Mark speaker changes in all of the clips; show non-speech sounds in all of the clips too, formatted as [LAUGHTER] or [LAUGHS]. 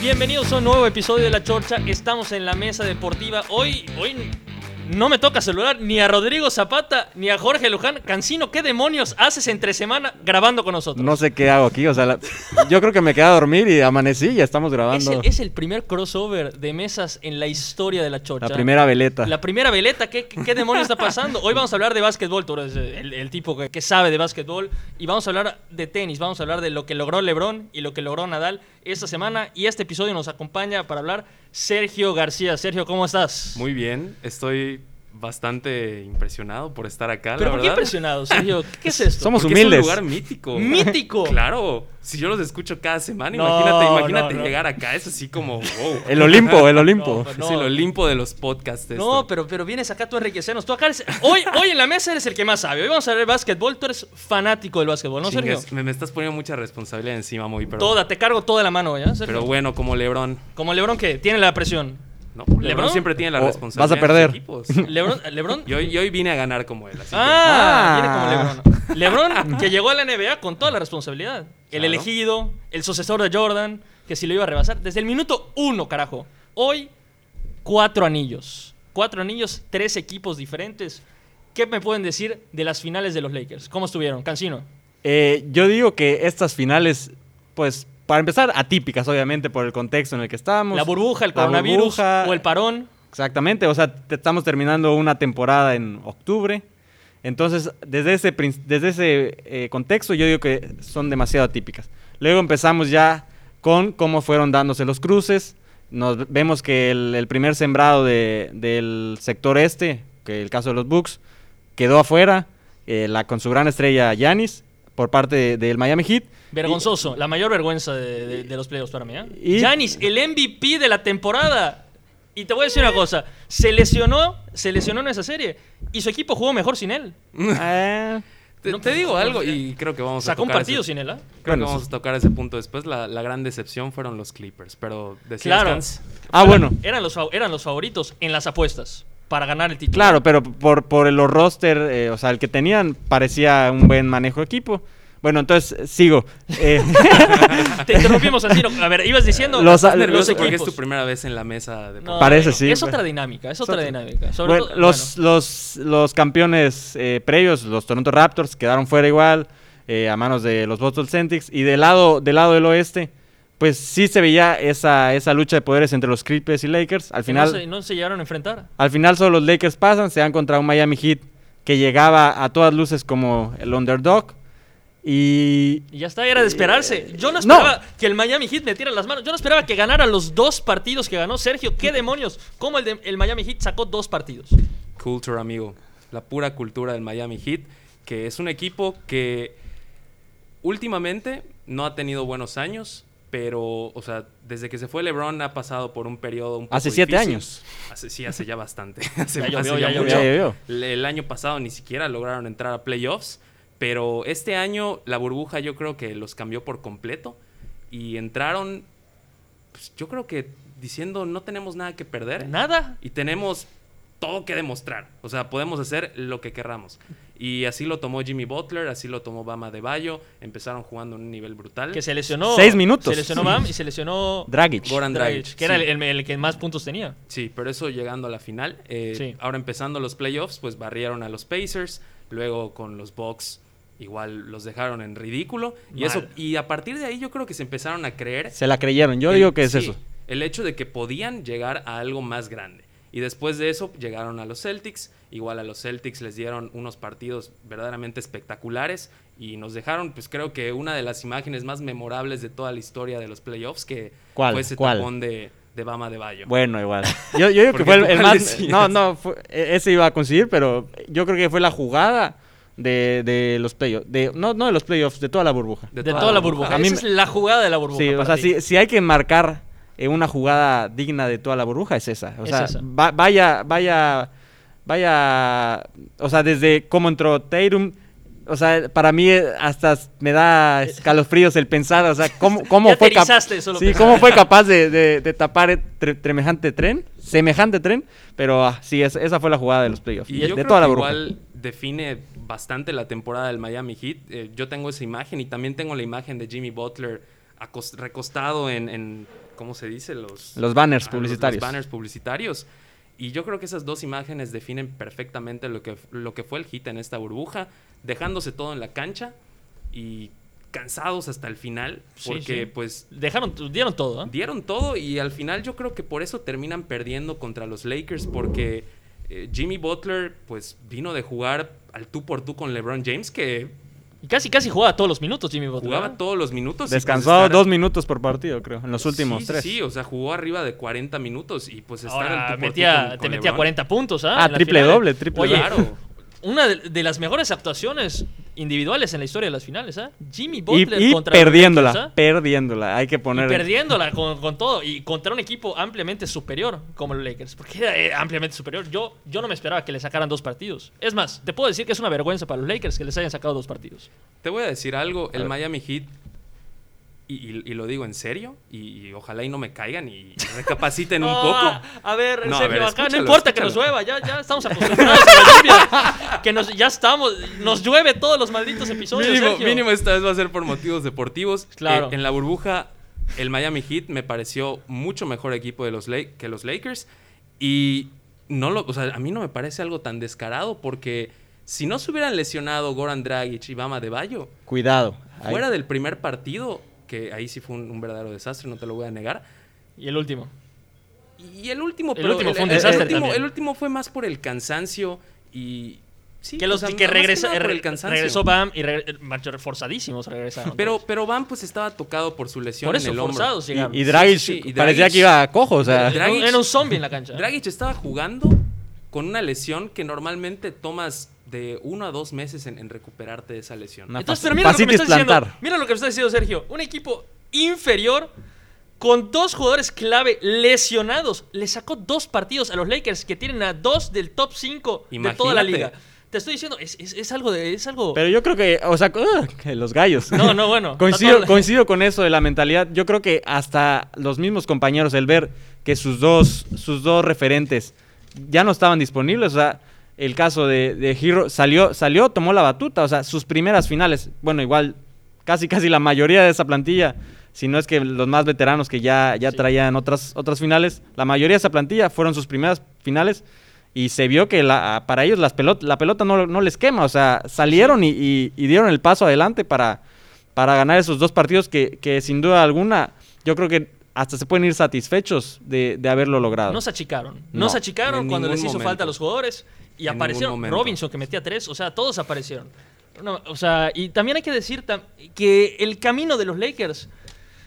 Speaker 1: bienvenidos a un nuevo episodio de La Chorcha. Estamos en la mesa deportiva. Hoy, hoy no me toca celular ni a Rodrigo Zapata ni a Jorge Luján. Cancino, ¿qué demonios haces entre semana grabando con nosotros?
Speaker 2: No sé qué hago aquí, o sea, la- yo creo que me quedé a dormir y amanecí y ya estamos
Speaker 1: es,
Speaker 2: grabando
Speaker 1: el, es el primer crossover de mesas en la historia de La Chorcha.
Speaker 2: la primera veleta.
Speaker 1: La primera veleta, ¿qué, qué, qué demonios está pasando? Hoy vamos a hablar de básquetbol, tú eres el, el tipo que, que sabe de básquetbol, y vamos a hablar de tenis, vamos a hablar de lo que logró Lebron y lo que logró Nadal esta semana, y este episodio nos acompaña para hablar Sergio García. Sergio, ¿cómo estás?
Speaker 3: Muy bien, estoy bastante impresionado por estar acá,
Speaker 1: Pero
Speaker 3: la
Speaker 1: ¿por qué
Speaker 3: verdad.
Speaker 1: impresionado,
Speaker 3: [LAUGHS]
Speaker 1: Sergio? ¿Qué es esto?
Speaker 2: Somos
Speaker 3: Porque
Speaker 2: humildes.
Speaker 3: Es un lugar mítico.
Speaker 1: Mítico.
Speaker 3: [LAUGHS] Claro, si yo los escucho cada semana,
Speaker 1: No,
Speaker 3: imagínate,
Speaker 1: no,
Speaker 3: imagínate
Speaker 1: no. ¿eh?
Speaker 3: llegar acá, es
Speaker 1: [LAUGHS]
Speaker 3: así como wow.
Speaker 2: El Olimpo, el Olimpo.
Speaker 1: No,
Speaker 3: [LAUGHS] Es el Olimpo de los podcasts.
Speaker 1: No,
Speaker 3: esto.
Speaker 1: pero, pero vienes acá tú a enriquecernos. Tú acá eres- hoy, hoy en la mesa eres el que más sabe. Hoy vamos a hablar de básquetbol. Tú eres fanático del básquetbol, ¿no, Sergio?
Speaker 3: Chingas, me, me estás poniendo mucha responsabilidad encima, muy pero.
Speaker 1: Toda, te cargo toda la mano, ¿ya? Sergio?
Speaker 3: Pero bueno, como Lebron.
Speaker 1: Como Lebron que tiene la
Speaker 3: [LAUGHS]
Speaker 1: presión.
Speaker 3: No,
Speaker 1: ¿Lebrón?
Speaker 3: Lebron siempre tiene la
Speaker 2: Oh,
Speaker 3: responsabilidad.
Speaker 2: vas a perder. [LAUGHS]
Speaker 3: en sus equipos.
Speaker 1: Lebron, Lebron
Speaker 3: Y hoy, y hoy vine a ganar como él. Así que-
Speaker 1: Ah, viene como LeBron. LeBron que llegó a la NBA con toda la responsabilidad. El
Speaker 3: Claro.
Speaker 1: elegido, el sucesor de Jordan, que si lo iba a rebasar desde el minuto uno, carajo. Hoy, cuatro anillos. Cuatro anillos, tres equipos diferentes. ¿Qué me pueden decir de las finales de los Lakers? ¿Cómo estuvieron? Cancino.
Speaker 2: Eh, yo digo que estas finales, pues, para empezar, atípicas, obviamente, por el contexto en el que estamos.
Speaker 1: La burbuja, el
Speaker 2: La
Speaker 1: coronavirus
Speaker 2: burbuja.
Speaker 1: o el parón.
Speaker 2: Exactamente, o sea, te- estamos terminando una temporada en octubre. Entonces, desde ese, prin- desde ese eh, contexto, yo digo que son demasiado atípicas. Luego empezamos ya con cómo fueron dándose los cruces. Nos vemos que el, el primer sembrado de- del sector este, que el caso de los Bucks, quedó afuera eh, la, con su gran estrella Yanis por parte de- del Miami Heat.
Speaker 1: Vergonzoso, la mayor vergüenza de, de- de los playoffs para mí. ¿eh?
Speaker 2: y-
Speaker 1: Giannis, el MVP de la temporada. Y te voy a decir una cosa, se lesionó, se lesionó en esa serie y su equipo jugó mejor sin él.
Speaker 2: Eh,
Speaker 3: Te,
Speaker 1: No,
Speaker 3: te digo
Speaker 1: pues,
Speaker 3: algo
Speaker 1: ya.
Speaker 3: y creo que vamos a
Speaker 1: Sacó un
Speaker 3: tocar
Speaker 1: partido
Speaker 3: ese-
Speaker 1: sin él, ¿eh?
Speaker 3: Creo
Speaker 2: Bueno,
Speaker 3: que vamos a tocar ese punto después. La, la gran decepción fueron los Clippers, pero decías,
Speaker 1: Claro.
Speaker 3: Cans,
Speaker 2: ah, bueno.
Speaker 1: Eran los, fav- eran los favoritos en las apuestas para ganar el título.
Speaker 2: Claro, pero por, por los roster, eh, o sea, el que tenían parecía un buen manejo de equipo. Bueno, entonces eh, sigo. [LAUGHS] Eh,
Speaker 1: Te interrumpimos así. no- A ver, ibas diciendo
Speaker 2: Los-
Speaker 1: estás
Speaker 2: los
Speaker 3: nervioso
Speaker 1: equipos.
Speaker 3: porque es tu primera vez en la mesa de
Speaker 1: No,
Speaker 3: podcast.
Speaker 2: Parece, sí,
Speaker 1: Es
Speaker 2: pues.
Speaker 1: otra dinámica, es otra
Speaker 2: otra-
Speaker 1: dinámica. [LAUGHS] Sobre
Speaker 2: bueno,
Speaker 1: todo-
Speaker 2: los, los, los campeones eh, previos, los Toronto Raptors, quedaron fuera igual eh, a manos de los Boston Celtics. Y del lado, del lado del oeste, pues sí se veía esa, esa lucha de poderes entre los Clippers y Lakers. Al
Speaker 1: bueno, que no
Speaker 2: final,
Speaker 1: se- no se llegaron a enfrentar.
Speaker 2: al final solo los Lakers pasan, se dan contra un Miami Heat que llegaba a todas luces como el underdog. Y
Speaker 1: Y ya está, era de esperarse. Yo no
Speaker 2: no.
Speaker 1: esperaba que el Miami Heat metiera las manos. Yo no esperaba que ganara los dos partidos que ganó Sergio. ¿Qué demonios? ¿Cómo el, de- el Miami Heat sacó dos partidos?
Speaker 3: Culture, amigo. La pura cultura del Miami Heat, que es un equipo que últimamente no ha tenido buenos años, pero, o sea, desde que se fue LeBron ha pasado por un periodo un poco
Speaker 2: Hace siete
Speaker 3: difícil.
Speaker 2: años.
Speaker 3: Hace- sí, hace ya bastante. [LAUGHS] Hace-
Speaker 1: Ya llovió,
Speaker 3: hace
Speaker 1: ya
Speaker 3: mucho.
Speaker 1: llovió.
Speaker 2: Ya llovió.
Speaker 3: Le- El año pasado ni siquiera lograron entrar a playoffs, pero este año la burbuja yo creo que los cambió por completo y entraron, pues, yo creo que diciendo no tenemos nada que perder
Speaker 1: Nada.
Speaker 3: y tenemos todo que demostrar. O sea, podemos hacer lo que querramos. Y así lo tomó Jimmy Butler, así lo tomó Bama de Bayo. Empezaron jugando en un nivel brutal.
Speaker 1: Que se lesionó.
Speaker 2: Seis minutos.
Speaker 1: Se lesionó Bam y se lesionó
Speaker 2: Dragic.
Speaker 3: Goran
Speaker 1: Dragic,
Speaker 3: Dragic,
Speaker 1: que era
Speaker 3: sí.
Speaker 1: el, el- el que más puntos tenía.
Speaker 3: Sí, pero eso llegando a la final. eh,
Speaker 1: Sí.
Speaker 3: Ahora empezando los playoffs, pues barrieron a los Pacers. Luego con los Bucks, igual los dejaron en ridículo. Y,
Speaker 1: Mal.
Speaker 3: eso, y a partir de ahí yo creo que se empezaron a creer
Speaker 2: Se la creyeron. Yo
Speaker 3: el-
Speaker 2: digo que es
Speaker 3: sí,
Speaker 2: eso.
Speaker 3: El hecho de que podían llegar a algo más grande. Y después de eso llegaron a los Celtics. Igual a los Celtics les dieron unos partidos verdaderamente espectaculares y nos dejaron, pues creo que una de las imágenes más memorables de toda la historia de los playoffs, que
Speaker 2: ¿Cuál?
Speaker 3: fue ese
Speaker 2: ¿Cuál?
Speaker 3: tapón de, de Bama de Bayo.
Speaker 2: Bueno,
Speaker 3: [LAUGHS]
Speaker 2: igual. Yo, yo digo que
Speaker 3: Porque
Speaker 2: fue el,
Speaker 3: tú
Speaker 2: el
Speaker 3: cuál
Speaker 2: más.
Speaker 3: decías.
Speaker 2: No,
Speaker 3: [LAUGHS]
Speaker 2: no, fue- e- ese iba a conseguir, pero yo creo que fue la jugada de, de los playoffs. De, no, no de los playoffs, de toda la burbuja.
Speaker 1: De, toda la burbuja.
Speaker 2: A mí
Speaker 1: Esa
Speaker 2: me-
Speaker 1: es la jugada de la burbuja.
Speaker 2: sí, o
Speaker 1: para
Speaker 2: sea,
Speaker 1: ti.
Speaker 2: si, si hay que marcar eh, una jugada digna de toda la burbuja, es esa. O
Speaker 1: Es
Speaker 2: sea,
Speaker 1: esa.
Speaker 2: va- vaya, vaya, vaya. O sea, desde cómo entró Tatum. O sea, para mí eh, hasta me da escalofríos el pensar, o sea, cómo,
Speaker 1: [LAUGHS]
Speaker 2: cómo
Speaker 1: Ya
Speaker 2: fue
Speaker 1: te
Speaker 2: cap-
Speaker 1: erizaste solo
Speaker 2: Sí,
Speaker 1: pensando.
Speaker 2: cómo fue capaz de, de- de tapar eh, tre- semejante tren, semejante tren, pero ah, sí, es- esa fue la jugada de los playoffs,
Speaker 3: Y
Speaker 2: de,
Speaker 3: yo
Speaker 2: de
Speaker 3: creo
Speaker 2: toda
Speaker 3: que
Speaker 2: la burbuja.
Speaker 3: igual define bastante la temporada del Miami Heat. Eh, yo tengo esa imagen y también tengo la imagen de Jimmy Butler acos- recostado en, en- ¿cómo se dice? Los,
Speaker 2: Los banners
Speaker 3: ah, los-
Speaker 2: publicitarios.
Speaker 3: los banners publicitarios. Y yo creo que esas dos imágenes definen perfectamente lo que, lo que fue el hit en esta burbuja, dejándose todo en la cancha y cansados hasta el final,
Speaker 1: Sí,
Speaker 3: porque
Speaker 1: sí.
Speaker 3: pues
Speaker 1: Dejaron, dieron todo, ¿eh?
Speaker 3: dieron todo y al final yo creo que por eso terminan perdiendo contra los Lakers porque eh, Jimmy Butler pues vino de jugar al tú por tú con LeBron James que
Speaker 1: Y casi, casi jugaba todos los minutos Jimmy Butler. ¿eh?
Speaker 3: jugaba todos los minutos. y, pues,
Speaker 2: Descansó
Speaker 3: estar-
Speaker 2: dos minutos por partido, creo, en los últimos
Speaker 3: Sí,
Speaker 2: tres.
Speaker 3: Sí, sí, o sea, jugó arriba de 40 minutos y pues estar al tú
Speaker 1: Ahora
Speaker 3: por tú
Speaker 1: metía,
Speaker 3: con-
Speaker 1: te
Speaker 3: con
Speaker 1: metía
Speaker 3: LeBron.
Speaker 1: 40 puntos, ¿ah?
Speaker 2: Ah,
Speaker 1: En las
Speaker 2: triple
Speaker 1: finales.
Speaker 2: doble, triple
Speaker 1: Oye,
Speaker 2: doble.
Speaker 3: Claro.
Speaker 1: Una de, de las mejores actuaciones individuales en la historia de las finales, ¿ah? Jimmy Butler
Speaker 2: Y, y
Speaker 1: contra los
Speaker 2: perdiéndola,
Speaker 1: Lakers, ¿ah?
Speaker 2: perdiéndola. Hay que
Speaker 1: Y
Speaker 2: poner.
Speaker 1: perdiéndola con, con todo y contra un equipo ampliamente superior como los Lakers, porque era eh, ampliamente superior. Yo, yo no me esperaba que le sacaran dos partidos. Es más, te puedo decir que es una vergüenza para los Lakers que les hayan sacado dos partidos.
Speaker 3: Te voy a decir algo, el Miami Heat, y, y- y lo digo en serio, y, y ojalá y no me caigan y recapaciten
Speaker 1: [LAUGHS]
Speaker 3: un
Speaker 1: No,
Speaker 3: poco.
Speaker 1: a- A ver,
Speaker 3: No, a
Speaker 1: Sergio,
Speaker 3: ver,
Speaker 1: acá no
Speaker 3: escúchalo,
Speaker 1: importa que nos
Speaker 3: escúchalo.
Speaker 1: llueva, ya, ya estamos acostumbrados a la lluvia. Que nos, ya estamos, nos llueve todos los malditos episodios.
Speaker 3: Mínimo,
Speaker 1: Sergio.
Speaker 3: mínimo esta vez va a ser por motivos deportivos.
Speaker 1: [LAUGHS] Claro.
Speaker 3: Eh, en la burbuja, el Miami Heat me pareció mucho mejor equipo de los Lak- que los Lakers. Y no lo, o sea, a mí no me parece algo tan descarado porque si no se hubieran lesionado Goran Dragic y Bama de Bayo,
Speaker 2: Cuidado. Ahí.
Speaker 3: fuera del primer partido, que ahí sí fue un, un verdadero desastre, no te lo voy a negar.
Speaker 1: Y el último.
Speaker 3: Y el último,
Speaker 1: El
Speaker 3: pero
Speaker 1: último fue un
Speaker 3: el
Speaker 1: desastre
Speaker 3: último-
Speaker 1: también.
Speaker 3: el último fue más por el cansancio y. Sí,
Speaker 1: que los,
Speaker 3: o sea,
Speaker 1: que
Speaker 3: más
Speaker 1: regresó,
Speaker 3: nada por el
Speaker 1: re-
Speaker 3: cansancio.
Speaker 1: regresó Bam y re- macho, forzadísimos regresaron.
Speaker 3: Pero, pero Van pues estaba tocado por su lesión
Speaker 1: por eso,
Speaker 3: en el hombro.
Speaker 1: forzados llegaron.
Speaker 2: Y Dragic
Speaker 3: Sí, sí, y
Speaker 2: parecía
Speaker 3: Dragic-
Speaker 2: que iba a cojo, o sea.
Speaker 3: Dragic-
Speaker 1: Era un- Era un zombie en la cancha.
Speaker 3: Dragic estaba jugando con una lesión que normalmente tomas de uno a dos meses en, en recuperarte de esa lesión.
Speaker 2: Una-
Speaker 1: Entonces,
Speaker 2: pas-
Speaker 1: pero mira lo que me
Speaker 2: pasitis
Speaker 1: estás diciendo.
Speaker 2: plantar.
Speaker 1: Mira lo que me está diciendo Sergio. Un equipo inferior con dos jugadores clave lesionados. Le sacó dos partidos a los Lakers que tienen a dos del top 5 de toda la
Speaker 3: Imagínate.
Speaker 1: liga. Te estoy diciendo, es, es- es algo de. Es algo...
Speaker 2: Pero yo creo que, o sea, [LAUGHS] ugh, que los gallos.
Speaker 1: No, no, bueno.
Speaker 2: coincido,
Speaker 1: Está todo-
Speaker 2: coincido con eso de la mentalidad. Yo creo que hasta los mismos compañeros, el ver que sus dos, sus dos referentes ya no estaban disponibles, o sea, el caso de, de Hero salió, salió, tomó la batuta, o sea, sus primeras finales, bueno, igual casi, casi la mayoría de esa plantilla, si no es que los más veteranos que ya, ya
Speaker 1: Sí.
Speaker 2: traían otras, otras finales, la mayoría de esa plantilla fueron sus primeras finales. Y se vio que la- para ellos las pelot- la pelota no, no les quema. O sea, salieron y- y- y dieron el paso adelante para, para ganar esos dos partidos que, que sin duda alguna yo creo que hasta se pueden ir satisfechos de, de haberlo logrado.
Speaker 1: No se achicaron. No,
Speaker 2: No,
Speaker 1: se achicaron
Speaker 3: en
Speaker 1: cuando les
Speaker 3: ningún
Speaker 1: hizo
Speaker 3: momento.
Speaker 1: falta a los jugadores. Y
Speaker 3: En
Speaker 1: aparecieron
Speaker 3: ningún momento.
Speaker 1: Robinson que metía tres. O sea, todos aparecieron. No, o sea, y también hay que decir tam- que el camino de los Lakers.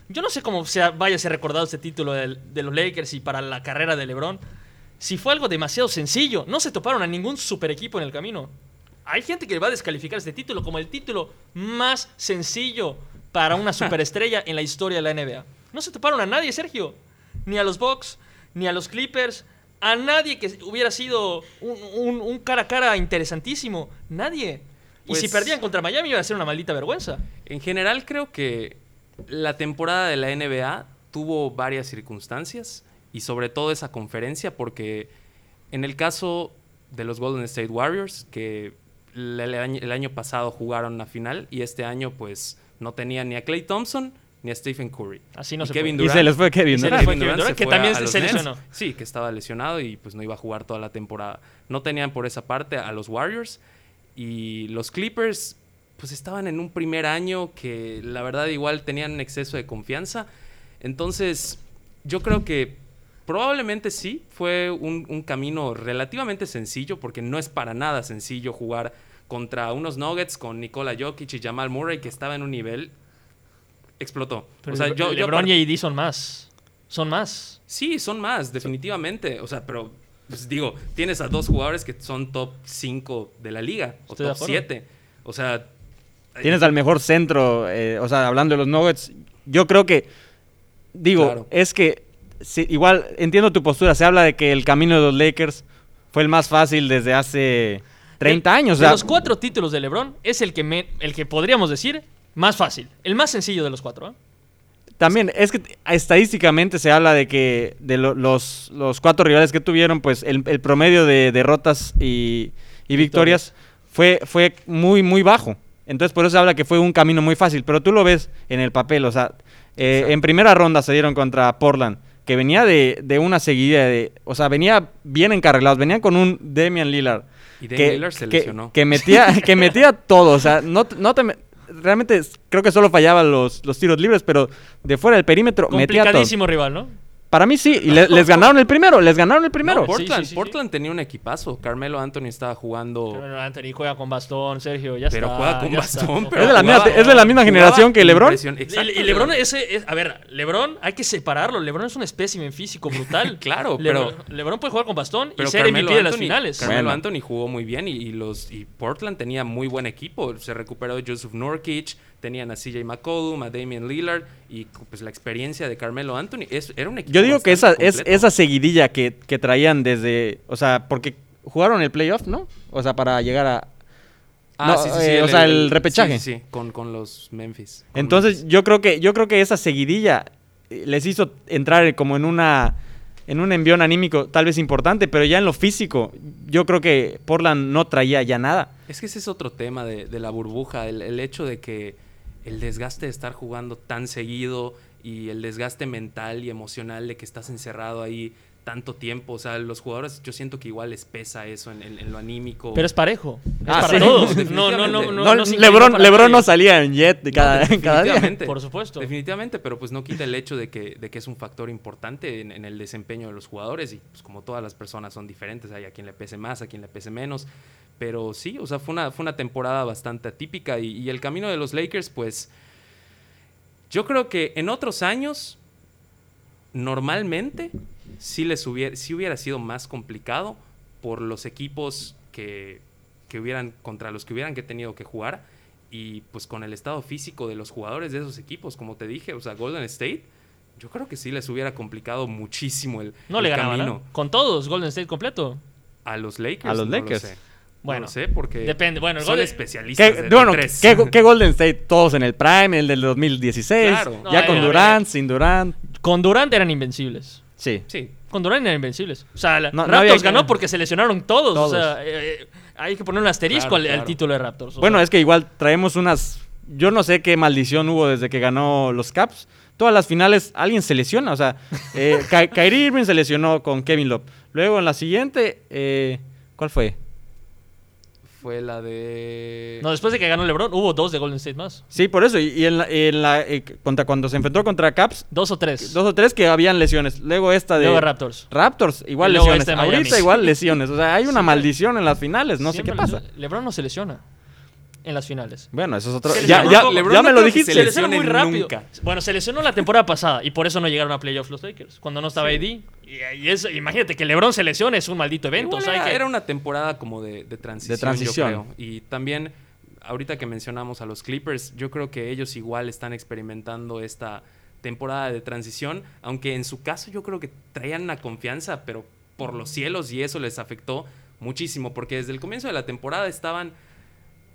Speaker 1: Yo no sé cómo sea, vaya a ser recordado este título del- de, los Lakers y para la carrera de LeBron. Si fue algo demasiado sencillo, no se toparon a ningún super equipo en el camino. Hay gente que va a descalificar este título como el título más sencillo para
Speaker 3: [LAUGHS]
Speaker 1: una superestrella en la historia de la NBA. No se toparon a nadie, Sergio. Ni a los Bucks, ni a los Clippers, a nadie que hubiera sido un, un- un cara a cara interesantísimo. Nadie. y si
Speaker 3: Pues-
Speaker 1: perdían contra Miami iba a ser una maldita vergüenza.
Speaker 3: En general creo que la temporada de la NBA tuvo varias circunstancias y sobre todo esa conferencia porque en el caso de los Golden State Warriors que el, el año, el año pasado jugaron la final y este año pues no tenían ni a Clay Thompson ni a Stephen Curry.
Speaker 1: Así no
Speaker 3: Y
Speaker 1: se
Speaker 3: Kevin
Speaker 1: puede.
Speaker 2: y
Speaker 3: Durant.
Speaker 2: se les fue Kevin
Speaker 1: Y se
Speaker 2: Durant.
Speaker 1: les fue Kevin Durant, que también
Speaker 3: los
Speaker 1: se
Speaker 3: Nets.
Speaker 1: lesionó.
Speaker 3: Sí, que estaba lesionado y pues no iba a jugar toda la temporada. No tenían por esa parte a los Warriors y los Clippers pues estaban en un primer año que la verdad igual tenían un exceso de confianza. Entonces yo creo que probablemente sí fue un, un camino relativamente sencillo porque no es para nada sencillo jugar contra unos Nuggets con Nikola Jokic y Jamal Murray que estaba en un nivel explotó.
Speaker 1: Pero
Speaker 3: o sea, yo, yo
Speaker 1: LeBron
Speaker 3: apart-
Speaker 1: y AD son más. Son más.
Speaker 3: Sí, son más, definitivamente. O sea, pero pues, digo, tienes a dos jugadores que son top 5 de la liga o
Speaker 1: Estoy de
Speaker 3: top
Speaker 1: acuerdo.
Speaker 3: 7. O sea,
Speaker 2: Tienes al mejor centro, eh, o sea, hablando de los Nuggets, yo creo que, digo,
Speaker 3: Claro.
Speaker 2: es que sí, igual entiendo tu postura, se habla de que el camino de los Lakers fue el más fácil desde hace 30
Speaker 1: De-
Speaker 2: años. o
Speaker 1: de
Speaker 2: sea,
Speaker 1: los cuatro títulos de LeBron es el que, me- el que podríamos decir más fácil. El más sencillo de los cuatro. ¿eh?
Speaker 2: También, es que estadísticamente se habla de que de lo- los, los cuatro rivales que tuvieron, pues el, el promedio de derrotas y, y victorias fue, fue muy, muy bajo. Entonces, por eso se habla que fue un camino muy fácil, pero tú lo ves en el papel, o sea, Eh, en primera ronda se dieron contra Portland, que venía de, de una seguida de. O sea, venía bien encarrelados, venía con un Damian Lillard.
Speaker 3: Y
Speaker 2: que-
Speaker 3: Damian Lillard se
Speaker 2: que-
Speaker 3: lesionó.
Speaker 2: Que metía, que metía todo. O sea, no, te- no te. me- Realmente es- creo que solo fallaban los, los tiros libres, pero de fuera del perímetro metía todo.
Speaker 1: Complicadísimo rival, ¿no?
Speaker 2: Para mí sí, y le- les ganaron el primero, les ganaron el primero.
Speaker 3: No, Portland,
Speaker 1: Sí, sí, sí,
Speaker 3: Portland tenía un equipazo. Carmelo Anthony estaba
Speaker 2: Oh.
Speaker 3: jugando.
Speaker 1: Pero no, Anthony juega con bastón, Sergio, ya
Speaker 3: pero
Speaker 1: está,
Speaker 3: juega con
Speaker 1: ya
Speaker 3: bastón.
Speaker 1: está.
Speaker 3: pero
Speaker 2: Es de la misma-
Speaker 3: jugaba-
Speaker 2: es de la misma
Speaker 3: jugaba
Speaker 2: generación que LeBron.
Speaker 3: impresion- Exacto,
Speaker 1: y LeBron ese es- a ver, LeBron hay que separarlo. LeBron es un espécimen físico brutal.
Speaker 3: [LAUGHS] Claro,
Speaker 1: Lebron,
Speaker 3: pero-
Speaker 1: LeBron puede jugar con bastón
Speaker 3: Pero
Speaker 1: y ser MVP de las
Speaker 3: Anthony-
Speaker 1: finales.
Speaker 3: Carmelo
Speaker 2: Bueno.
Speaker 3: Anthony jugó muy bien y, y los y Portland tenía muy buen equipo. Se recuperó Joseph Nurkic, tenían a CJ McCollum, a Damian Lillard y pues la experiencia de Carmelo Anthony. Es, era un equipo
Speaker 2: Yo digo que esa,
Speaker 3: bastante
Speaker 2: es,
Speaker 3: completo.
Speaker 2: esa seguidilla que, que traían desde. O sea, porque jugaron el playoff, ¿no? O sea, para llegar a.
Speaker 3: Ah,
Speaker 2: no,
Speaker 3: sí, sí, sí,
Speaker 2: eh, o sea, el repechaje.
Speaker 3: Sí, sí, sí, con, con los Memphis. con
Speaker 2: Entonces, yo creo que, yo creo que esa seguidilla eh, les hizo entrar como en una. En un envión anímico tal vez importante, pero ya en lo físico, yo creo que Portland no traía ya nada.
Speaker 3: Es que ese es otro tema de, de la burbuja, el, el hecho de que el desgaste de estar jugando tan seguido y el desgaste mental y emocional de que estás encerrado ahí tanto tiempo, o sea, los jugadores yo siento que igual les pesa eso en, en- en lo anímico.
Speaker 1: Pero es parejo. Es
Speaker 2: Ah,
Speaker 1: para
Speaker 2: sí.
Speaker 3: [LAUGHS]
Speaker 1: todos. No, no, no,
Speaker 3: Definitivamente.
Speaker 1: no,
Speaker 2: No,
Speaker 1: no se inclina
Speaker 2: Lebron,
Speaker 1: para
Speaker 2: Lebron
Speaker 1: nadie.
Speaker 2: no salía en jet de cada, cada día.
Speaker 3: Definitivamente.
Speaker 1: Por supuesto.
Speaker 3: Definitivamente, pero pues no quita el hecho de que, de que es un factor importante en, en el desempeño de los jugadores y pues como todas las personas son diferentes, hay a quien le pese más, a quien le pese menos, pero sí, o sea, fue una, fue una temporada bastante atípica y, y el camino de los Lakers, pues yo creo que en otros años, normalmente, sí, les hubiera, sí hubiera sido más complicado por los equipos que, que hubieran, contra los que hubieran que tenido que jugar y pues con el estado físico de los jugadores de esos equipos, como te dije, o sea, Golden State, yo creo que sí les hubiera complicado muchísimo el,
Speaker 1: No le
Speaker 3: el
Speaker 1: ganaban.
Speaker 3: camino
Speaker 1: ¿no? Con todos, Golden State completo.
Speaker 3: a los Lakers.
Speaker 2: A los
Speaker 3: no lo
Speaker 2: Lakers.
Speaker 3: sé.
Speaker 1: Bueno,
Speaker 3: no lo sé porque
Speaker 1: depende. Bueno, el
Speaker 3: son
Speaker 1: Golden-
Speaker 3: especialistas.
Speaker 2: [LAUGHS] ¿Qué,
Speaker 3: de
Speaker 2: bueno,
Speaker 3: tres.
Speaker 2: ¿qué, qué Golden State? Todos en el Prime, el del 2016.
Speaker 3: Claro.
Speaker 1: No,
Speaker 2: ya
Speaker 1: eh,
Speaker 2: con
Speaker 1: eh,
Speaker 2: Durant, sin Durant.
Speaker 1: Con Durant eran invencibles.
Speaker 2: Sí.
Speaker 3: Sí,
Speaker 1: Con Durant eran invencibles. O sea, la-
Speaker 2: No- no
Speaker 1: Raptors
Speaker 2: había que-
Speaker 1: ganó porque se lesionaron todos.
Speaker 2: Todos.
Speaker 1: O sea, eh, eh, hay que poner un asterisco
Speaker 3: Claro,
Speaker 1: al, al
Speaker 3: claro.
Speaker 1: título de Raptors. o
Speaker 2: Bueno,
Speaker 1: sea.
Speaker 2: es que igual traemos unas. Yo no sé qué maldición hubo desde que ganó los Caps. Todas las finales alguien se lesiona.
Speaker 1: [LAUGHS]
Speaker 2: O sea, eh, Ka- Kyrie Irving se lesionó con Kevin Love. Luego en la siguiente, eh, ¿cuál fue?
Speaker 3: fue la de.
Speaker 1: No, después de que ganó LeBron, hubo dos de Golden State más.
Speaker 2: Sí, por eso. Y, y en la, en la, eh, contra, cuando se enfrentó contra Caps,
Speaker 1: Dos o tres.
Speaker 2: dos o tres que habían lesiones. Luego esta de
Speaker 1: Luego de Raptors.
Speaker 2: Raptors, igual
Speaker 1: Y luego
Speaker 2: lesiones.
Speaker 1: esta de Miami.
Speaker 2: Ahorita igual lesiones. O sea, hay una
Speaker 1: Siempre-
Speaker 2: maldición en las finales. No
Speaker 1: Siempre
Speaker 2: sé qué pasa.
Speaker 1: lesiona. LeBron no se lesiona en las finales.
Speaker 2: Bueno, eso es otro.
Speaker 1: Se
Speaker 2: Ya,
Speaker 1: lesionó
Speaker 2: ya,
Speaker 1: poco.
Speaker 2: ya
Speaker 3: LeBron
Speaker 2: me
Speaker 3: no
Speaker 2: lo
Speaker 3: creo que
Speaker 2: dijiste.
Speaker 3: se
Speaker 1: Se lesionó muy
Speaker 3: lesionen
Speaker 1: rápido.
Speaker 3: nunca.
Speaker 1: Bueno, se lesionó la temporada pasada y por eso no llegaron a playoffs los Lakers. Cuando no estaba AD. Y, y eso, imagínate que LeBron se lesione es un maldito evento.
Speaker 3: Igual
Speaker 1: o sea,
Speaker 3: era,
Speaker 1: hay que-
Speaker 3: era una temporada como de, de transición,
Speaker 2: De transición.
Speaker 3: yo creo. Y también, ahorita que mencionamos a los Clippers, yo creo que ellos igual están experimentando esta temporada de transición, aunque en su caso yo creo que traían una confianza, pero por los cielos y eso les afectó muchísimo, porque desde el comienzo de la temporada estaban...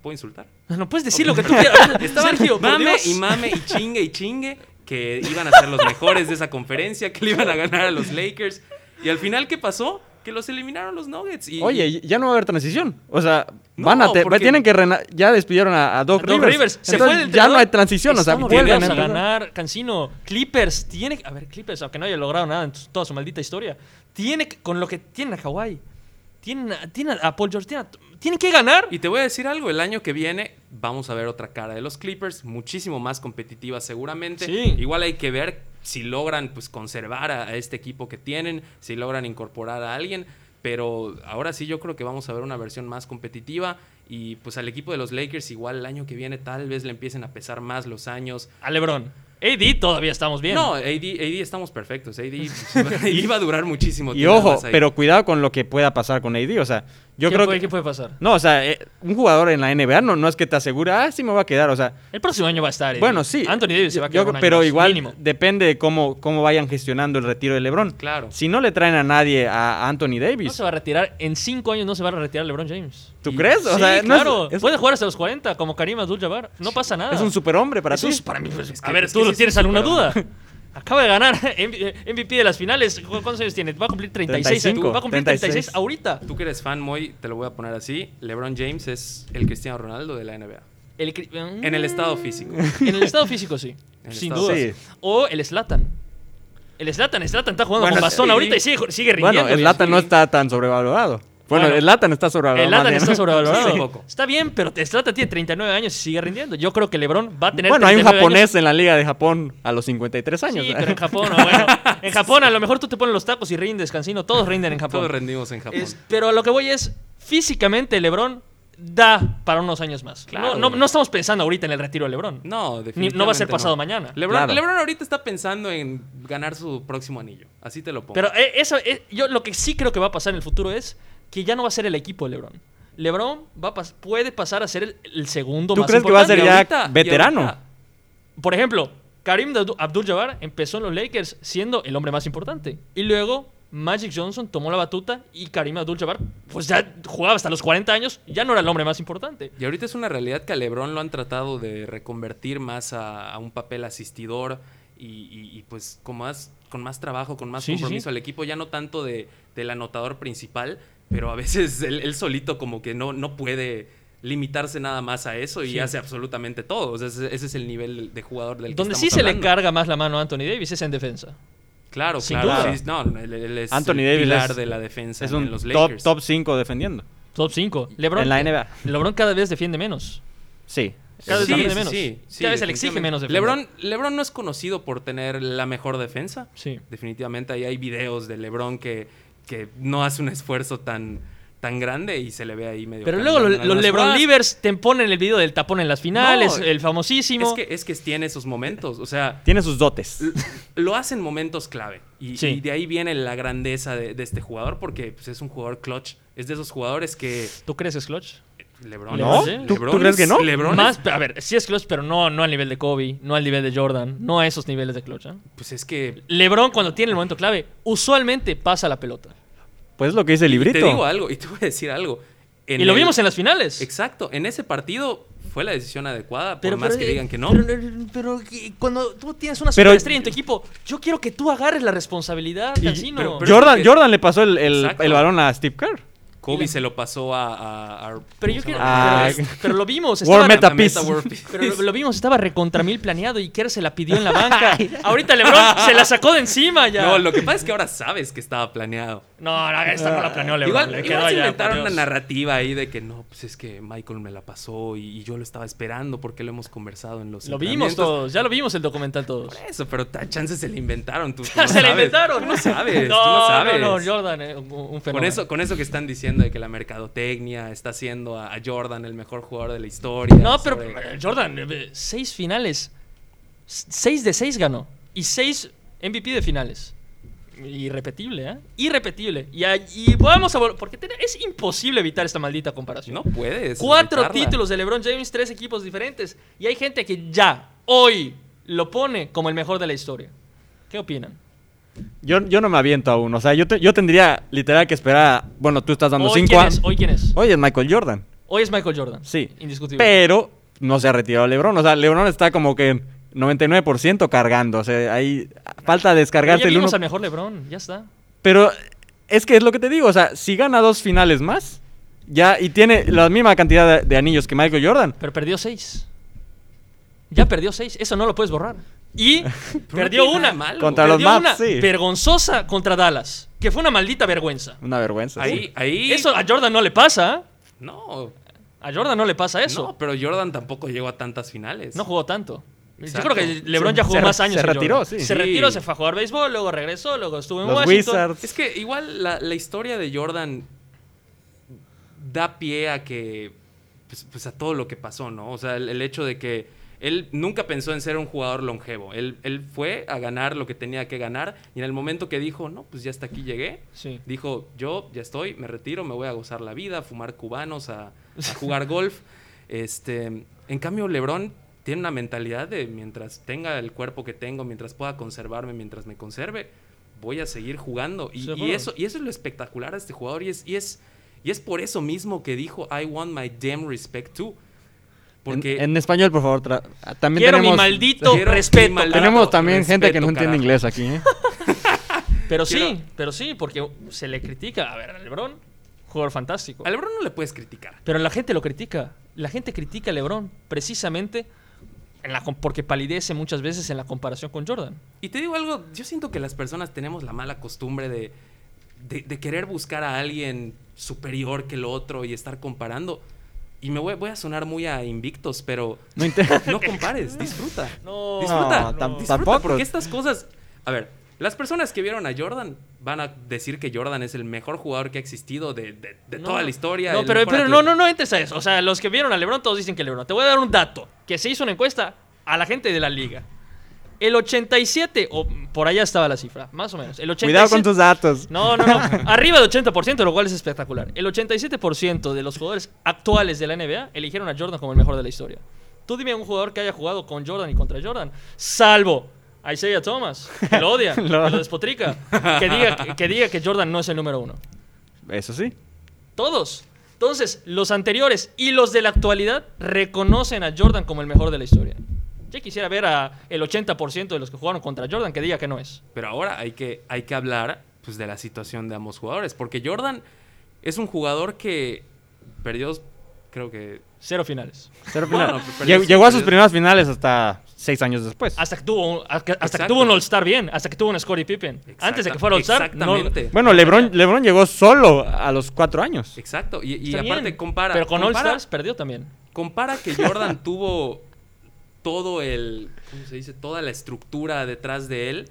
Speaker 3: ¿Puedo insultar?
Speaker 1: [LAUGHS] No, No puedes decir lo que tú
Speaker 3: [LAUGHS]
Speaker 1: quieras. Sergio, por
Speaker 3: mame
Speaker 1: Dios.
Speaker 3: y mame y chingue y chingue que iban a ser los mejores de esa conferencia, que le iban a ganar a los Lakers. Y al final, ¿qué pasó? Que los eliminaron los Nuggets. Y,
Speaker 2: Oye, y- ya no va a haber transición. O sea,
Speaker 3: No,
Speaker 2: van a te-
Speaker 3: porque-
Speaker 2: tienen que rena- ya despidieron a, a Doc
Speaker 1: Doc
Speaker 2: Rivers.
Speaker 1: Rivers, se
Speaker 2: Entonces,
Speaker 1: fue del
Speaker 2: ya no hay
Speaker 1: entrenador.
Speaker 2: transición, o sea,
Speaker 1: Estamos
Speaker 2: vuelven
Speaker 1: obligados a
Speaker 2: empezar.
Speaker 1: ganar, Cancino. Clippers tiene que- A ver, Clippers, aunque no haya logrado nada en t- toda su maldita historia, tiene que- con lo que tienen a Hawái, tienen, a- tienen a Paul George, tienen, a- tienen que ganar.
Speaker 3: Y te voy a decir algo, el año que viene vamos a ver otra cara de los Clippers, muchísimo más competitiva seguramente.
Speaker 1: Sí.
Speaker 3: Igual hay que ver si logran pues conservar a, a este equipo que tienen, si logran incorporar a alguien, pero ahora sí yo creo que vamos a ver una versión más competitiva y pues al equipo de los Lakers igual el año que viene tal vez le empiecen a pesar más los años.
Speaker 1: A LeBron. AD todavía estamos bien.
Speaker 3: No, AD, AD estamos perfectos, [LAUGHS] AD, AD va a durar muchísimo
Speaker 2: Y
Speaker 3: tiempo
Speaker 2: ojo,
Speaker 3: más ahí.
Speaker 2: pero cuidado con lo que pueda pasar con AD, o sea, yo
Speaker 1: ¿Qué
Speaker 2: creo
Speaker 1: puede-
Speaker 2: que
Speaker 1: ¿Qué puede pasar?
Speaker 2: no, o sea, eh, un jugador en la NBA no, no es que te asegura, ah, sí me va a quedar, o sea,
Speaker 1: El próximo año va a estar. eh,
Speaker 2: bueno, sí.
Speaker 1: Anthony Davis se va a
Speaker 2: yo-
Speaker 1: quedar. un año
Speaker 2: pero
Speaker 1: más,
Speaker 2: igual
Speaker 1: mínimo.
Speaker 2: depende de cómo cómo vayan gestionando el retiro de LeBron.
Speaker 3: Claro.
Speaker 2: Si no le traen a nadie a Anthony
Speaker 1: No
Speaker 2: Davis,
Speaker 1: se va a retirar. En cinco años no se va a retirar LeBron James.
Speaker 2: ¿tú
Speaker 3: y-
Speaker 2: crees? O
Speaker 1: sí,
Speaker 2: sea, no es-
Speaker 1: claro.
Speaker 2: es,
Speaker 1: Puede jugar hasta los 40, como Karim Abdul-Jabbar. No pasa nada.
Speaker 2: es un superhombre para
Speaker 1: Eso
Speaker 2: ti.
Speaker 1: es para mí. pues,
Speaker 3: Es
Speaker 1: a
Speaker 3: que-
Speaker 1: ver,
Speaker 3: es
Speaker 1: ¿tú
Speaker 3: que
Speaker 1: lo
Speaker 3: sí es
Speaker 1: tienes
Speaker 3: un
Speaker 1: alguna duda?
Speaker 3: superhombre.
Speaker 1: [LAUGHS] Acaba de ganar [LAUGHS] eh, MVP de las finales. ¿Cu- ¿Cuántos años tiene? Va a cumplir 36.
Speaker 2: 35,
Speaker 1: va a cumplir 36,
Speaker 2: 36
Speaker 1: ahorita.
Speaker 3: Tú que eres fan, Moy, te lo voy a poner así. LeBron James es el Cristiano Ronaldo de la NBA.
Speaker 1: El cri- mm,
Speaker 3: En el estado físico.
Speaker 1: [LAUGHS] en el estado físico, sí.
Speaker 3: En el
Speaker 1: sin
Speaker 3: estado
Speaker 1: duda.
Speaker 2: físico.
Speaker 1: O el Slatan. El Slatan, Slatan está jugando
Speaker 2: Bueno,
Speaker 1: con Bastón
Speaker 2: sí.
Speaker 1: ahorita y sigue, sigue rindiendo.
Speaker 2: Bueno, el Latan no está tan sobrevalorado. Bueno,
Speaker 1: Bueno,
Speaker 2: el Latan está sobrevalorado.
Speaker 1: El
Speaker 2: más
Speaker 1: Latan
Speaker 2: bien.
Speaker 1: está sobrevalorado.
Speaker 3: Sí, un poco.
Speaker 1: Está bien, pero Slatan tiene 39 años y sigue rindiendo. Yo creo que LeBron va a tener
Speaker 2: Bueno, hay un
Speaker 1: 39 años.
Speaker 2: japonés en la liga de Japón a los 53 años.
Speaker 1: Sí, pero en Japón, ah, bueno. En Japón a lo mejor tú te pones los tacos y rindes, Cancino. Todos rinden en Japón.
Speaker 3: Todos rendimos en Japón.
Speaker 1: Es- pero a lo que voy es, físicamente LeBron da para unos años más.
Speaker 3: Claro.
Speaker 1: No, no- no estamos pensando ahorita en el retiro de LeBron.
Speaker 3: No,
Speaker 1: Ni-
Speaker 3: definitivamente
Speaker 1: no va a ser
Speaker 3: no.
Speaker 1: pasado mañana.
Speaker 3: LeBron,
Speaker 2: Claro.
Speaker 3: LeBron ahorita está pensando en ganar su próximo anillo. Así te lo pongo.
Speaker 1: Pero eh, eso, eh, yo lo que sí creo que va a pasar en el futuro es que ya no va a ser el equipo de LeBron. LeBron va a pas- puede pasar a ser el, el segundo
Speaker 2: ¿Tú
Speaker 1: más
Speaker 2: crees que va a ser
Speaker 1: importante.
Speaker 2: ya
Speaker 3: ahorita- y
Speaker 2: veterano?
Speaker 3: ahorita-
Speaker 1: Por ejemplo, Karim Abdul-Jabbar empezó en los Lakers siendo el hombre más importante. Y luego Magic Johnson tomó la batuta y Karim Abdul-Jabbar pues ya jugaba hasta los 40 años, ya no era el hombre más importante.
Speaker 3: Y ahorita es una realidad que a LeBron lo han tratado de reconvertir más a, a un papel asistidor y, y- y, pues con más, con más trabajo, con más
Speaker 1: Sí, sí,
Speaker 3: compromiso
Speaker 1: sí.
Speaker 3: al equipo, ya no tanto de, del anotador principal, pero a veces [LAUGHS] él, él solito como que no, no puede limitarse nada más a eso y
Speaker 1: Sí.
Speaker 3: hace absolutamente todo. O sea, ese, ese es el nivel de jugador del que
Speaker 1: Donde
Speaker 3: estamos
Speaker 1: sí se le
Speaker 3: hablando.
Speaker 1: carga más la mano a Anthony Davis es en defensa.
Speaker 3: Claro,
Speaker 1: Sin
Speaker 3: claro.
Speaker 2: duda.
Speaker 3: sí, no, él- él es
Speaker 2: Anthony
Speaker 3: el
Speaker 2: Davis
Speaker 3: pilar
Speaker 2: es-
Speaker 3: de la defensa
Speaker 2: es
Speaker 3: en
Speaker 2: un
Speaker 3: los
Speaker 2: top,
Speaker 3: Lakers.
Speaker 2: top 5 defendiendo.
Speaker 1: Top 5. LeBron,
Speaker 2: En la NBA.
Speaker 1: LeBron cada vez defiende menos.
Speaker 2: Sí.
Speaker 1: Cada vez
Speaker 3: Sí,
Speaker 1: defiende
Speaker 3: sí,
Speaker 1: menos.
Speaker 3: sí, sí,
Speaker 1: cada vez se le exige menos
Speaker 3: definitivamente.
Speaker 1: defender.
Speaker 3: LeBron, LeBron no es conocido por tener la mejor defensa.
Speaker 1: Sí.
Speaker 3: Definitivamente ahí hay videos de LeBron que, que no hace un esfuerzo tan, tan grande y se le ve ahí medio...
Speaker 1: Pero luego lo-
Speaker 3: caminando en
Speaker 1: los
Speaker 3: algunas
Speaker 1: LeBron
Speaker 3: jugadas.
Speaker 1: Livers te ponen el video del tapón en las finales,
Speaker 3: No,
Speaker 1: el famosísimo.
Speaker 3: Es que, es que tiene esos momentos, o sea...
Speaker 2: Tiene sus dotes.
Speaker 3: l- Lo hacen momentos clave. Y,
Speaker 1: Sí.
Speaker 3: y de ahí viene la grandeza de, de este jugador, porque pues, es un jugador clutch. Es de esos jugadores que.
Speaker 1: ¿Tú crees que es clutch?
Speaker 3: LeBron.
Speaker 1: ¿No?
Speaker 3: es-
Speaker 1: ¿Tú-
Speaker 2: tú crees
Speaker 3: es-
Speaker 2: que no?
Speaker 3: LeBron es-
Speaker 1: Más, a ver, sí es clutch, pero no, no al nivel de Kobe, no al nivel de Jordan, no a esos niveles de clutch. ¿eh?
Speaker 3: pues es que
Speaker 1: LeBron cuando tiene el momento clave, usualmente pasa la pelota.
Speaker 2: Pues es lo que dice el librito.
Speaker 3: Te digo algo, y te voy a decir algo. En
Speaker 1: y lo
Speaker 3: el-
Speaker 1: vimos en las finales.
Speaker 3: Exacto, en ese partido fue la decisión adecuada, por
Speaker 1: Pero,
Speaker 3: más
Speaker 1: pero,
Speaker 3: que
Speaker 1: eh,
Speaker 3: digan que no.
Speaker 1: Pero, pero que cuando tú tienes una
Speaker 2: Pero-
Speaker 1: superestrella en tu equipo, yo quiero que tú agarres la responsabilidad,
Speaker 2: Y-
Speaker 1: Cancino.
Speaker 3: pero-
Speaker 1: Pero,
Speaker 3: yo-
Speaker 2: Jordan,
Speaker 3: es que-
Speaker 2: Jordan le pasó el, el-
Speaker 3: Exacto.
Speaker 2: el balón a Steve Kerr.
Speaker 3: Kobe se lo pasó a... a- a-
Speaker 1: yo
Speaker 3: ¿cómo se
Speaker 1: quiero.
Speaker 3: llama?
Speaker 2: Ah.
Speaker 1: [LAUGHS] pero, pero lo vimos.
Speaker 2: World
Speaker 1: estaba-
Speaker 2: Meta
Speaker 3: A
Speaker 2: Peace.
Speaker 3: Meta World Peace.
Speaker 1: [LAUGHS] Pero lo,
Speaker 3: [LAUGHS]
Speaker 1: lo vimos, estaba recontra mil planeado y Kerr se la pidió en la banca. Ahorita LeBron se la sacó de encima ya.
Speaker 3: No, lo que pasa es que ahora sabes que estaba planeado.
Speaker 1: No, no, esta no la planeó LeBron.
Speaker 3: Igual,
Speaker 1: le
Speaker 3: igual
Speaker 1: quedó
Speaker 3: se
Speaker 1: allá, por
Speaker 3: inventaron una
Speaker 1: Dios.
Speaker 3: narrativa ahí de que no, pues es que Michael me la pasó y, y yo lo estaba esperando porque lo hemos conversado en los
Speaker 1: Lo vimos
Speaker 3: entrenamientos.
Speaker 1: todos, ya lo vimos el documental todos.
Speaker 3: Eso, pero ta- chance se le inventaron. Tú, tú
Speaker 1: [LAUGHS] Ya
Speaker 3: no
Speaker 1: se la
Speaker 3: sabes.
Speaker 1: inventaron.
Speaker 3: Tú
Speaker 1: [LAUGHS]
Speaker 3: no sabes, tú
Speaker 1: No,
Speaker 3: no sabes.
Speaker 1: no, no, Jordan, eh, un, un
Speaker 3: Con
Speaker 1: fenómeno.
Speaker 3: eso, con eso que están diciendo de que la mercadotecnia está haciendo a, a Jordan el mejor jugador de la historia.
Speaker 1: No, pero
Speaker 3: sobre-
Speaker 1: eh, Jordan, eh, seis finales. S- Seis de seis ganó. Y seis MVP de finales. Irrepetible, ¿eh? Irrepetible. Y, ahí- y vamos a volver. Porque tiene- es imposible evitar esta maldita comparación.
Speaker 3: No puedes.
Speaker 1: Cuatro
Speaker 3: evitarla.
Speaker 1: títulos de LeBron James, tres equipos diferentes. Y hay gente que ya, hoy, lo pone como el mejor de la historia. ¿Qué opinan?
Speaker 2: Yo, yo no me aviento aún. O sea, yo, te- yo tendría literal que esperar. a- Bueno, tú estás dando
Speaker 1: Hoy,
Speaker 2: 5
Speaker 1: ¿quién
Speaker 2: años.
Speaker 1: es? ¿Hoy quién es?
Speaker 2: Oye, es Michael Jordan.
Speaker 1: Hoy es Michael Jordan.
Speaker 2: Sí.
Speaker 1: Indiscutible.
Speaker 2: Pero no se ha retirado LeBron. O sea, LeBron está como que 99% cargando. O sea, ahí falta
Speaker 1: Pero
Speaker 2: descargarse
Speaker 1: ya
Speaker 2: el uno.
Speaker 1: vimos al mejor LeBron, ya está.
Speaker 2: Pero es que es lo que te digo. O sea, si gana dos finales más, ya y tiene la misma cantidad de, de anillos que Michael Jordan.
Speaker 1: Pero perdió seis. Ya perdió seis. Eso no lo puedes borrar. Y
Speaker 3: [LAUGHS] Pero no
Speaker 1: perdió
Speaker 3: tiene nada
Speaker 1: una.
Speaker 3: de malo.
Speaker 2: Contra los
Speaker 1: perdió
Speaker 2: Mavs,
Speaker 1: una
Speaker 2: sí.
Speaker 1: vergonzosa contra Dallas. Que fue una maldita vergüenza.
Speaker 2: Una vergüenza.
Speaker 3: Ahí, ahí.
Speaker 1: Eso a Jordan no le pasa. ¿eh?
Speaker 3: No.
Speaker 1: A Jordan no le pasa eso.
Speaker 3: No, pero Jordan tampoco llegó a tantas finales.
Speaker 1: No, jugó tanto.
Speaker 3: Exacto.
Speaker 1: Yo creo que LeBron
Speaker 2: Se-
Speaker 1: ya jugó
Speaker 2: se-
Speaker 1: más años.
Speaker 2: se
Speaker 1: que
Speaker 2: retiró,
Speaker 1: Jordan.
Speaker 2: sí.
Speaker 1: Se
Speaker 3: Sí.
Speaker 1: retiró, se fue a jugar béisbol, luego regresó, luego estuvo en
Speaker 2: Los
Speaker 1: Washington.
Speaker 2: Wizards.
Speaker 3: Es que igual la, la historia de Jordan da pie a que. Pues, pues a todo lo que pasó, ¿no? O sea, el, el hecho de que él nunca pensó en ser un jugador longevo. Él, él fue a ganar lo que tenía que ganar y en el momento que dijo, no, pues ya hasta aquí llegué,
Speaker 1: Sí.
Speaker 3: dijo, yo ya estoy, me retiro, me voy a gozar la vida, a fumar cubanos, a, a jugar golf. Este, en cambio, Lebron tiene una mentalidad de mientras tenga el cuerpo que tengo, mientras pueda conservarme, mientras me conserve, voy a seguir jugando. Y,
Speaker 1: Seguro.
Speaker 3: y eso, y eso es lo espectacular de este jugador. Y es, y es, y es por eso mismo que dijo, I want my damn respect too. Porque
Speaker 2: En, en español, por favor. tra- También
Speaker 1: Quiero
Speaker 2: tenemos,
Speaker 1: mi maldito
Speaker 3: Quiero mi
Speaker 1: respeto.
Speaker 3: mal-
Speaker 2: Tenemos
Speaker 3: Carajo,
Speaker 2: también gente que no
Speaker 3: respeto,
Speaker 2: entiende
Speaker 3: carajo.
Speaker 2: inglés aquí. ¿eh?
Speaker 1: Pero sí,
Speaker 3: Quiero-
Speaker 1: pero sí, porque se le critica. A ver, a LeBron, jugador fantástico.
Speaker 3: a LeBron no le puedes criticar.
Speaker 1: Pero la gente lo critica. la gente critica a LeBron precisamente en la com- porque palidece muchas veces en la comparación con Jordan.
Speaker 3: Y te digo algo, yo siento que las personas tenemos la mala costumbre de, de, de querer buscar a alguien superior que el otro y estar comparando. Y me voy, voy a sonar muy a invictos, pero
Speaker 2: No inter-
Speaker 3: [LAUGHS] no compares, disfruta.
Speaker 1: No,
Speaker 2: No,
Speaker 3: disfruta,
Speaker 2: tam-
Speaker 3: disfruta,
Speaker 2: tampoco.
Speaker 3: porque estas cosas... A ver, las personas que vieron a Jordan van a decir que Jordan es el mejor jugador que ha existido de, de- de
Speaker 1: No,
Speaker 3: toda la historia.
Speaker 1: No,
Speaker 3: el
Speaker 1: pero,
Speaker 3: mejor
Speaker 1: pero no,
Speaker 3: atleta.
Speaker 1: no, no entres a eso. O sea, los que vieron a LeBron todos dicen que LeBron. Te voy a dar un dato. Que se hizo una encuesta a la gente de la liga. El 87, o por allá estaba la cifra, más o menos. El 87,
Speaker 2: Cuidado con tus datos.
Speaker 1: No, no, [LAUGHS] no. Arriba del 80%, lo cual es espectacular. El 87% de los jugadores actuales de la NBA eligieron a Jordan como el mejor de la historia. Tú dime un jugador que haya jugado con Jordan y contra Jordan, salvo a Isaiah Thomas, que lo odia, que
Speaker 2: Lo-
Speaker 1: lo despotrica, que diga, que diga que Jordan no es el número uno.
Speaker 2: Eso sí.
Speaker 1: Todos. Entonces, los anteriores y los de la actualidad reconocen a Jordan como el mejor de la historia. Yo quisiera ver a el 80% de los que jugaron contra Jordan que diga que no es.
Speaker 3: Pero ahora hay que, hay que hablar pues, de la situación de ambos jugadores. Porque Jordan es un jugador que perdió, creo que.
Speaker 1: Cero finales.
Speaker 2: Cero
Speaker 3: Bueno,
Speaker 2: final.
Speaker 3: pero
Speaker 2: Llegó,
Speaker 3: sí,
Speaker 2: llegó a sus
Speaker 3: pero-
Speaker 2: primeras finales hasta seis años después.
Speaker 1: Hasta que tuvo un, hasta que- hasta que
Speaker 3: Exacto.
Speaker 1: tuvo un All-Star bien, hasta que tuvo un Scottie Pippen.
Speaker 3: Exacta-
Speaker 1: Antes de que fuera All-Star, no.
Speaker 3: Exactamente.
Speaker 2: Bueno, LeBron, LeBron llegó solo a los cuatro años.
Speaker 3: Exacto. Y, y
Speaker 1: Está bien,
Speaker 3: aparte, compara.
Speaker 1: Pero con
Speaker 3: compara-
Speaker 1: All-Stars perdió también.
Speaker 3: Compara
Speaker 2: [LAUGHS]
Speaker 3: que Jordan tuvo todo el. ¿Cómo se dice? Toda la estructura detrás de él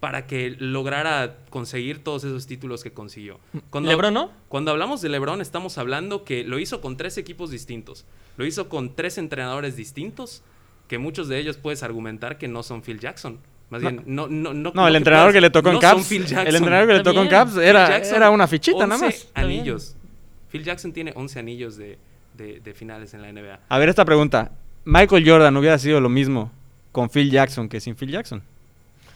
Speaker 3: para que lograra conseguir todos esos títulos que consiguió.
Speaker 1: ¿LeBron no?
Speaker 3: Cuando hablamos de LeBron, estamos hablando que lo hizo con tres equipos distintos. Lo hizo con tres entrenadores distintos, que muchos de ellos puedes argumentar que no son Phil Jackson. Más bien, no, no, no.
Speaker 2: No,
Speaker 3: que
Speaker 2: el entrenador
Speaker 3: puedas-
Speaker 2: que le tocó en
Speaker 3: no son
Speaker 2: Caps.
Speaker 3: Phil
Speaker 2: El
Speaker 3: Jackson.
Speaker 2: entrenador que le
Speaker 1: Está
Speaker 2: tocó en
Speaker 1: bien.
Speaker 2: Caps
Speaker 3: Phil
Speaker 2: era,
Speaker 3: Jackson,
Speaker 2: era una fichita nada
Speaker 3: 11
Speaker 2: más.
Speaker 1: bien.
Speaker 3: Anillos. Phil Jackson tiene 11 anillos de, de- de finales en la NBA.
Speaker 2: A ver esta pregunta. Michael Jordan hubiera sido lo mismo con Phil Jackson que sin Phil Jackson.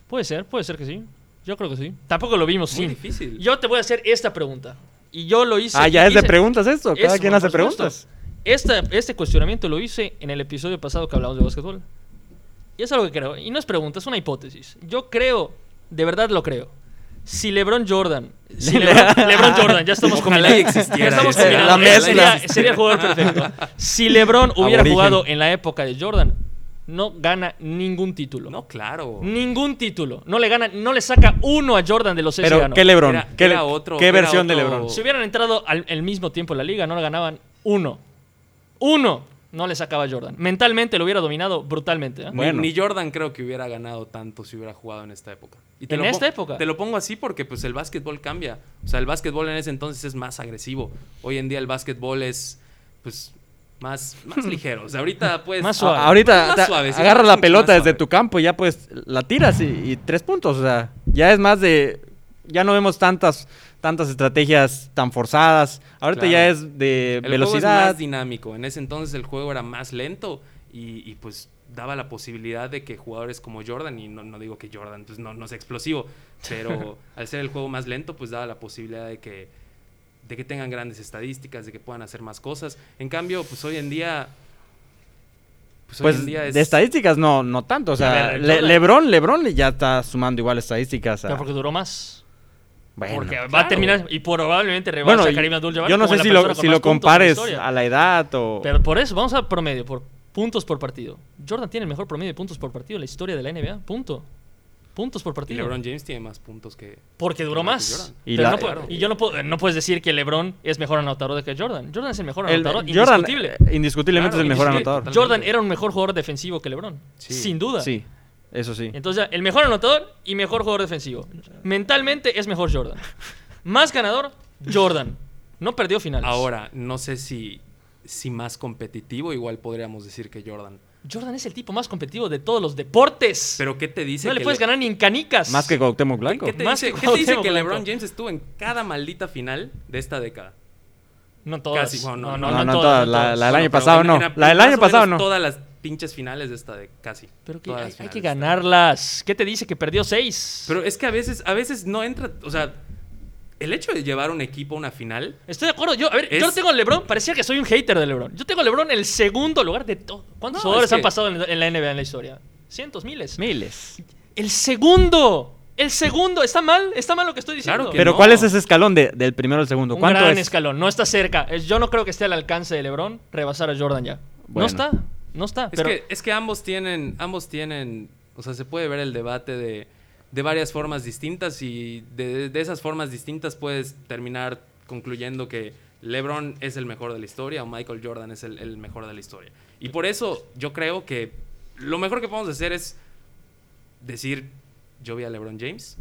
Speaker 1: Puede ser, puede ser que sí. Yo creo que sí. Tampoco lo vimos
Speaker 3: Muy
Speaker 1: sin.
Speaker 3: difícil.
Speaker 1: Yo te voy a hacer esta pregunta. Y yo lo hice.
Speaker 2: ah, ya
Speaker 1: y
Speaker 2: es de
Speaker 1: hice-
Speaker 2: preguntas esto. Cada
Speaker 1: Eso,
Speaker 2: quien
Speaker 1: por
Speaker 2: hace
Speaker 1: supuesto.
Speaker 2: preguntas.
Speaker 1: Esta- este cuestionamiento lo hice en el episodio pasado que hablamos de básquetbol. Y es algo que creo. Y no es pregunta, es una hipótesis. Yo creo, de verdad lo creo. Si LeBron Jordan.
Speaker 2: [LAUGHS]
Speaker 1: Si LeBron, LeBron Jordan, ya estamos
Speaker 3: Ojalá
Speaker 1: combinando.
Speaker 3: y existiera
Speaker 1: Ya estamos
Speaker 3: ese.
Speaker 1: combinando.
Speaker 2: La
Speaker 1: Sería-
Speaker 2: mezcla.
Speaker 1: Sería, el jugador perfecto. Si LeBron hubiera
Speaker 2: Aborigen.
Speaker 1: jugado en la época de Jordan, no gana ningún título.
Speaker 3: No, claro.
Speaker 1: Ningún título. No le gana, no le saca uno a Jordan de los seis que
Speaker 2: Pero,
Speaker 1: ganó.
Speaker 2: ¿qué LeBron?
Speaker 3: Era-
Speaker 2: ¿Qué,
Speaker 3: era
Speaker 2: le-
Speaker 3: otro-
Speaker 2: qué
Speaker 3: era
Speaker 2: versión de
Speaker 3: otro-
Speaker 2: LeBron?
Speaker 1: Si hubieran entrado al el mismo tiempo en la liga, no le ganaban uno. Uno no le sacaba Jordan. Mentalmente lo hubiera dominado brutalmente. ¿eh?
Speaker 3: Ni-
Speaker 2: Bueno.
Speaker 3: Ni, Jordan creo que hubiera ganado tanto si hubiera jugado en esta época. Y
Speaker 1: ¿En
Speaker 3: lo
Speaker 1: esta
Speaker 3: pon-
Speaker 1: época?
Speaker 3: Te lo pongo así porque pues el básquetbol cambia. O sea, el básquetbol en ese entonces es más agresivo. Hoy en día el básquetbol es pues más, más ligero. O sea, ahorita pues...
Speaker 1: Más suave.
Speaker 2: A- Ahorita
Speaker 3: Más
Speaker 2: te-
Speaker 3: suave, sí,
Speaker 2: agarras
Speaker 3: más-
Speaker 2: la
Speaker 3: mucho
Speaker 2: pelota
Speaker 3: más
Speaker 2: desde
Speaker 3: suave.
Speaker 2: tu campo y ya pues la tiras y, y tres puntos. O sea, ya es más de. Ya no vemos tantas, tantas estrategias tan forzadas. Ahorita
Speaker 3: Claro.
Speaker 2: ya es de
Speaker 3: El juego es
Speaker 2: velocidad.
Speaker 3: más dinámico. En ese entonces el juego era más lento y, y, pues daba la posibilidad de que jugadores como Jordan, y no, no digo que Jordan pues no, no es explosivo, pero al ser el juego más lento pues daba la posibilidad de que, de que tengan grandes estadísticas, de que puedan hacer más cosas. En cambio pues hoy en día... Pues, hoy
Speaker 2: pues
Speaker 3: en día es...
Speaker 2: de estadísticas no, no tanto. O
Speaker 1: A
Speaker 2: sea,
Speaker 1: ver,
Speaker 2: Le-
Speaker 1: Jordan-
Speaker 2: Lebron, Lebron le- ya está sumando igual estadísticas. a-
Speaker 1: Pero porque duró más.
Speaker 2: bueno.
Speaker 1: porque va a
Speaker 3: claro.
Speaker 1: terminar y probablemente rebasa
Speaker 2: Bueno,
Speaker 1: a Karim Abdul-Jabbar
Speaker 2: yo no
Speaker 1: como
Speaker 2: sé
Speaker 1: la
Speaker 2: si
Speaker 1: persona
Speaker 2: lo,
Speaker 1: con
Speaker 2: si
Speaker 1: más puntos en
Speaker 2: lo
Speaker 1: la
Speaker 2: compares
Speaker 1: historia.
Speaker 2: a la edad o...
Speaker 1: Pero por eso, vamos a promedio, por puntos por partido. Jordan tiene el mejor promedio de puntos por partido en la historia de la NBA. Punto. Puntos por
Speaker 3: y
Speaker 1: partido.
Speaker 3: LeBron James tiene más puntos que...
Speaker 1: Porque duró
Speaker 3: que
Speaker 1: más.
Speaker 3: Jordan.
Speaker 2: Y
Speaker 1: Y,
Speaker 2: la-
Speaker 1: no puedo-
Speaker 3: claro.
Speaker 1: y yo no puedo, no puedes decir que LeBron es mejor anotador que Jordan. Jordan es el mejor
Speaker 2: el-
Speaker 1: anotador.
Speaker 2: Jordan,
Speaker 1: indiscutible.
Speaker 2: eh, indiscutiblemente
Speaker 3: Claro,
Speaker 2: es el mejor
Speaker 3: indiscutible,
Speaker 2: anotador.
Speaker 1: Jordan
Speaker 3: Totalmente.
Speaker 1: era un mejor jugador defensivo que LeBron.
Speaker 3: Sí.
Speaker 1: Sin duda.
Speaker 2: Sí, eso sí.
Speaker 1: Entonces, el mejor anotador y mejor jugador defensivo. Mentalmente es mejor Jordan. Más ganador, Jordan. No perdió finales.
Speaker 3: Ahora, no sé si, si más competitivo igual podríamos decir que Jordan.
Speaker 1: Jordan es el tipo más competitivo de todos los deportes.
Speaker 3: Pero ¿qué te dice
Speaker 1: no le
Speaker 3: que
Speaker 1: puedes ganar ni en canicas.
Speaker 2: Más que Cuauhtémoc Blanco.
Speaker 3: ¿Qué te
Speaker 1: Más
Speaker 3: dice,
Speaker 1: que
Speaker 3: qué te dice
Speaker 1: Cuauhtémoc
Speaker 3: que
Speaker 1: Blanco.
Speaker 3: LeBron James estuvo en cada maldita final de esta década?
Speaker 1: No todas.
Speaker 3: Casi, bueno,
Speaker 1: no,
Speaker 3: no, no,
Speaker 1: no
Speaker 2: no, no
Speaker 1: todas,
Speaker 2: todas,
Speaker 1: no
Speaker 2: la-
Speaker 1: todas.
Speaker 2: la del año
Speaker 3: pero
Speaker 2: pasado
Speaker 3: en-
Speaker 2: no.
Speaker 3: en-
Speaker 2: La del
Speaker 3: más
Speaker 2: año
Speaker 3: o
Speaker 2: pasado
Speaker 3: menos
Speaker 2: no.
Speaker 3: Todas las pinches finales de esta década, casi.
Speaker 1: Pero que
Speaker 3: Todas
Speaker 1: hay,
Speaker 3: las
Speaker 1: hay
Speaker 3: finales
Speaker 1: que
Speaker 3: de esta
Speaker 1: ganarlas. ¿Qué te dice que perdió seis?
Speaker 3: década. Pero es que a veces, a veces no entra, o sea, el hecho de llevar un equipo a una final,
Speaker 1: Estoy de acuerdo. Yo, a ver,
Speaker 3: Es-
Speaker 1: yo tengo a LeBron. Parecía que soy un hater de LeBron. Yo tengo a LeBron en el segundo lugar de todo. ¿Cuántos
Speaker 3: No,
Speaker 1: jugadores
Speaker 3: es que-
Speaker 1: han pasado en en la NBA en la historia? Cientos, miles.
Speaker 2: Miles.
Speaker 1: El segundo. El segundo, ¿está mal? ¿Está mal lo que estoy diciendo?
Speaker 3: Claro que
Speaker 2: Pero
Speaker 3: no.
Speaker 2: ¿cuál es ese escalón de- del primero al segundo?
Speaker 1: Un
Speaker 2: ¿Cuánto
Speaker 1: gran
Speaker 2: es?
Speaker 1: escalón, no está cerca. Es- Yo no creo que esté al alcance de LeBron rebasar a Jordan ya. No
Speaker 2: Bueno.
Speaker 1: está, no está.
Speaker 3: Es,
Speaker 1: pero
Speaker 3: que, es que ambos tienen, ambos tienen, o sea, se puede ver el debate de, de varias formas distintas y de, de esas formas distintas puedes terminar concluyendo que LeBron es el mejor de la historia o Michael Jordan es el, el mejor de la historia. Y por eso yo creo que lo mejor que podemos hacer es decir, yo vi a LeBron James.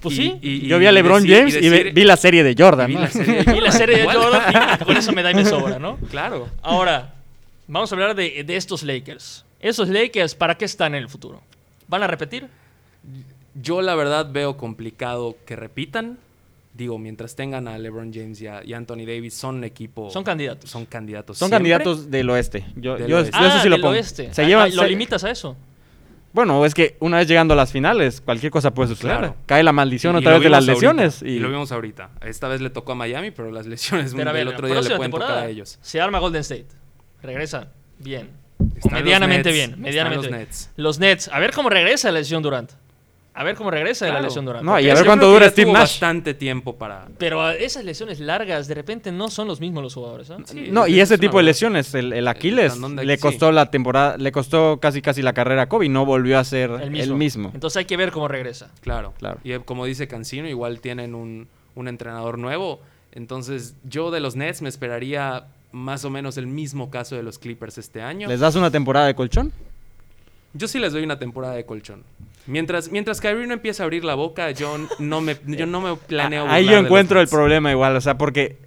Speaker 1: pues
Speaker 3: y-
Speaker 1: sí. [LAUGHS] Y,
Speaker 3: y-
Speaker 2: Yo vi a
Speaker 3: y
Speaker 2: LeBron
Speaker 3: decir-
Speaker 2: James y, ve-
Speaker 3: decir-
Speaker 2: vi la serie de Jordan.
Speaker 3: vi
Speaker 2: ¿no?
Speaker 3: la serie de
Speaker 1: la serie de
Speaker 3: Igual.
Speaker 1: Jordan,
Speaker 3: [LAUGHS]
Speaker 1: y con eso me da y me sobra, ¿no?
Speaker 3: Claro.
Speaker 1: Ahora, vamos a hablar de, de estos Lakers. ¿Esos Lakers para qué están en el futuro? ¿Van a repetir?
Speaker 3: Yo la verdad veo complicado que repitan. Digo, mientras tengan a LeBron James y a, y Anthony Davis, son un equipo.
Speaker 1: Son candidatos.
Speaker 3: Son
Speaker 2: [LAUGHS]
Speaker 3: candidatos.
Speaker 2: Son
Speaker 3: siempre.
Speaker 2: candidatos del oeste. Yo,
Speaker 3: Del
Speaker 2: yo-
Speaker 3: oeste.
Speaker 2: yo eso
Speaker 1: Ah,
Speaker 2: sí lo
Speaker 1: del
Speaker 2: pongo.
Speaker 1: oeste.
Speaker 2: Se
Speaker 1: Ah,
Speaker 2: llevan,
Speaker 1: ah, ¿Lo
Speaker 2: se-
Speaker 1: limitas a eso?
Speaker 2: Bueno, es que una vez llegando a las finales, cualquier cosa puede suceder.
Speaker 3: Claro.
Speaker 2: Cae la maldición
Speaker 3: Y- y
Speaker 2: otra
Speaker 3: lo
Speaker 2: vez de las
Speaker 3: vimos ahorita,
Speaker 2: lesiones. Y,
Speaker 3: Y... lo vimos ahorita. Esta vez le tocó a Miami, pero las lesiones
Speaker 1: Pero a ver,
Speaker 3: el otro día le
Speaker 1: próxima
Speaker 3: pueden tocar
Speaker 1: temporada
Speaker 3: a ellos.
Speaker 1: se arma Golden State. Regresa bien.
Speaker 3: Están los
Speaker 1: medianamente
Speaker 3: Nets,
Speaker 1: bien.
Speaker 3: están
Speaker 1: Medianamente
Speaker 3: los
Speaker 1: bien.
Speaker 3: Nets.
Speaker 1: Los Nets. A ver cómo regresa la lesión Durant. A ver cómo regresa la
Speaker 3: Claro.
Speaker 1: lesión Durant.
Speaker 2: No,
Speaker 1: Porque
Speaker 2: y a
Speaker 1: es
Speaker 2: ver
Speaker 1: que-
Speaker 2: cuánto
Speaker 3: creo que
Speaker 2: dura
Speaker 3: ya
Speaker 2: Steve
Speaker 3: tuvo
Speaker 2: Nash.
Speaker 3: bastante tiempo para.
Speaker 1: Pero a esas lesiones largas, de repente no son los mismos los jugadores. ¿ah?
Speaker 3: Sí,
Speaker 2: no, y
Speaker 3: es
Speaker 2: ese
Speaker 3: una
Speaker 2: tipo de
Speaker 3: verdad.
Speaker 2: lesiones, el, el Aquiles,
Speaker 3: tendón de-
Speaker 2: le
Speaker 3: sí.
Speaker 2: costó la temporada, le costó casi casi la carrera a Kobe y no volvió a ser el mismo.
Speaker 1: Entonces hay que ver cómo regresa.
Speaker 3: Claro.
Speaker 2: Claro.
Speaker 3: Y eh, como dice Cancino, igual tienen un, un entrenador nuevo. Entonces, yo de los Nets me esperaría más o menos el mismo caso de los Clippers este año.
Speaker 2: ¿Les das una temporada de colchón?
Speaker 3: Yo sí les doy una temporada de colchón. Mientras, mientras Kyrie no empiece a abrir la boca, yo n- no me, yo no me planeo.
Speaker 2: [LAUGHS] Ahí
Speaker 3: burlar
Speaker 2: yo
Speaker 3: de los
Speaker 2: encuentro el
Speaker 3: Nets.
Speaker 2: problema igual, o sea, porque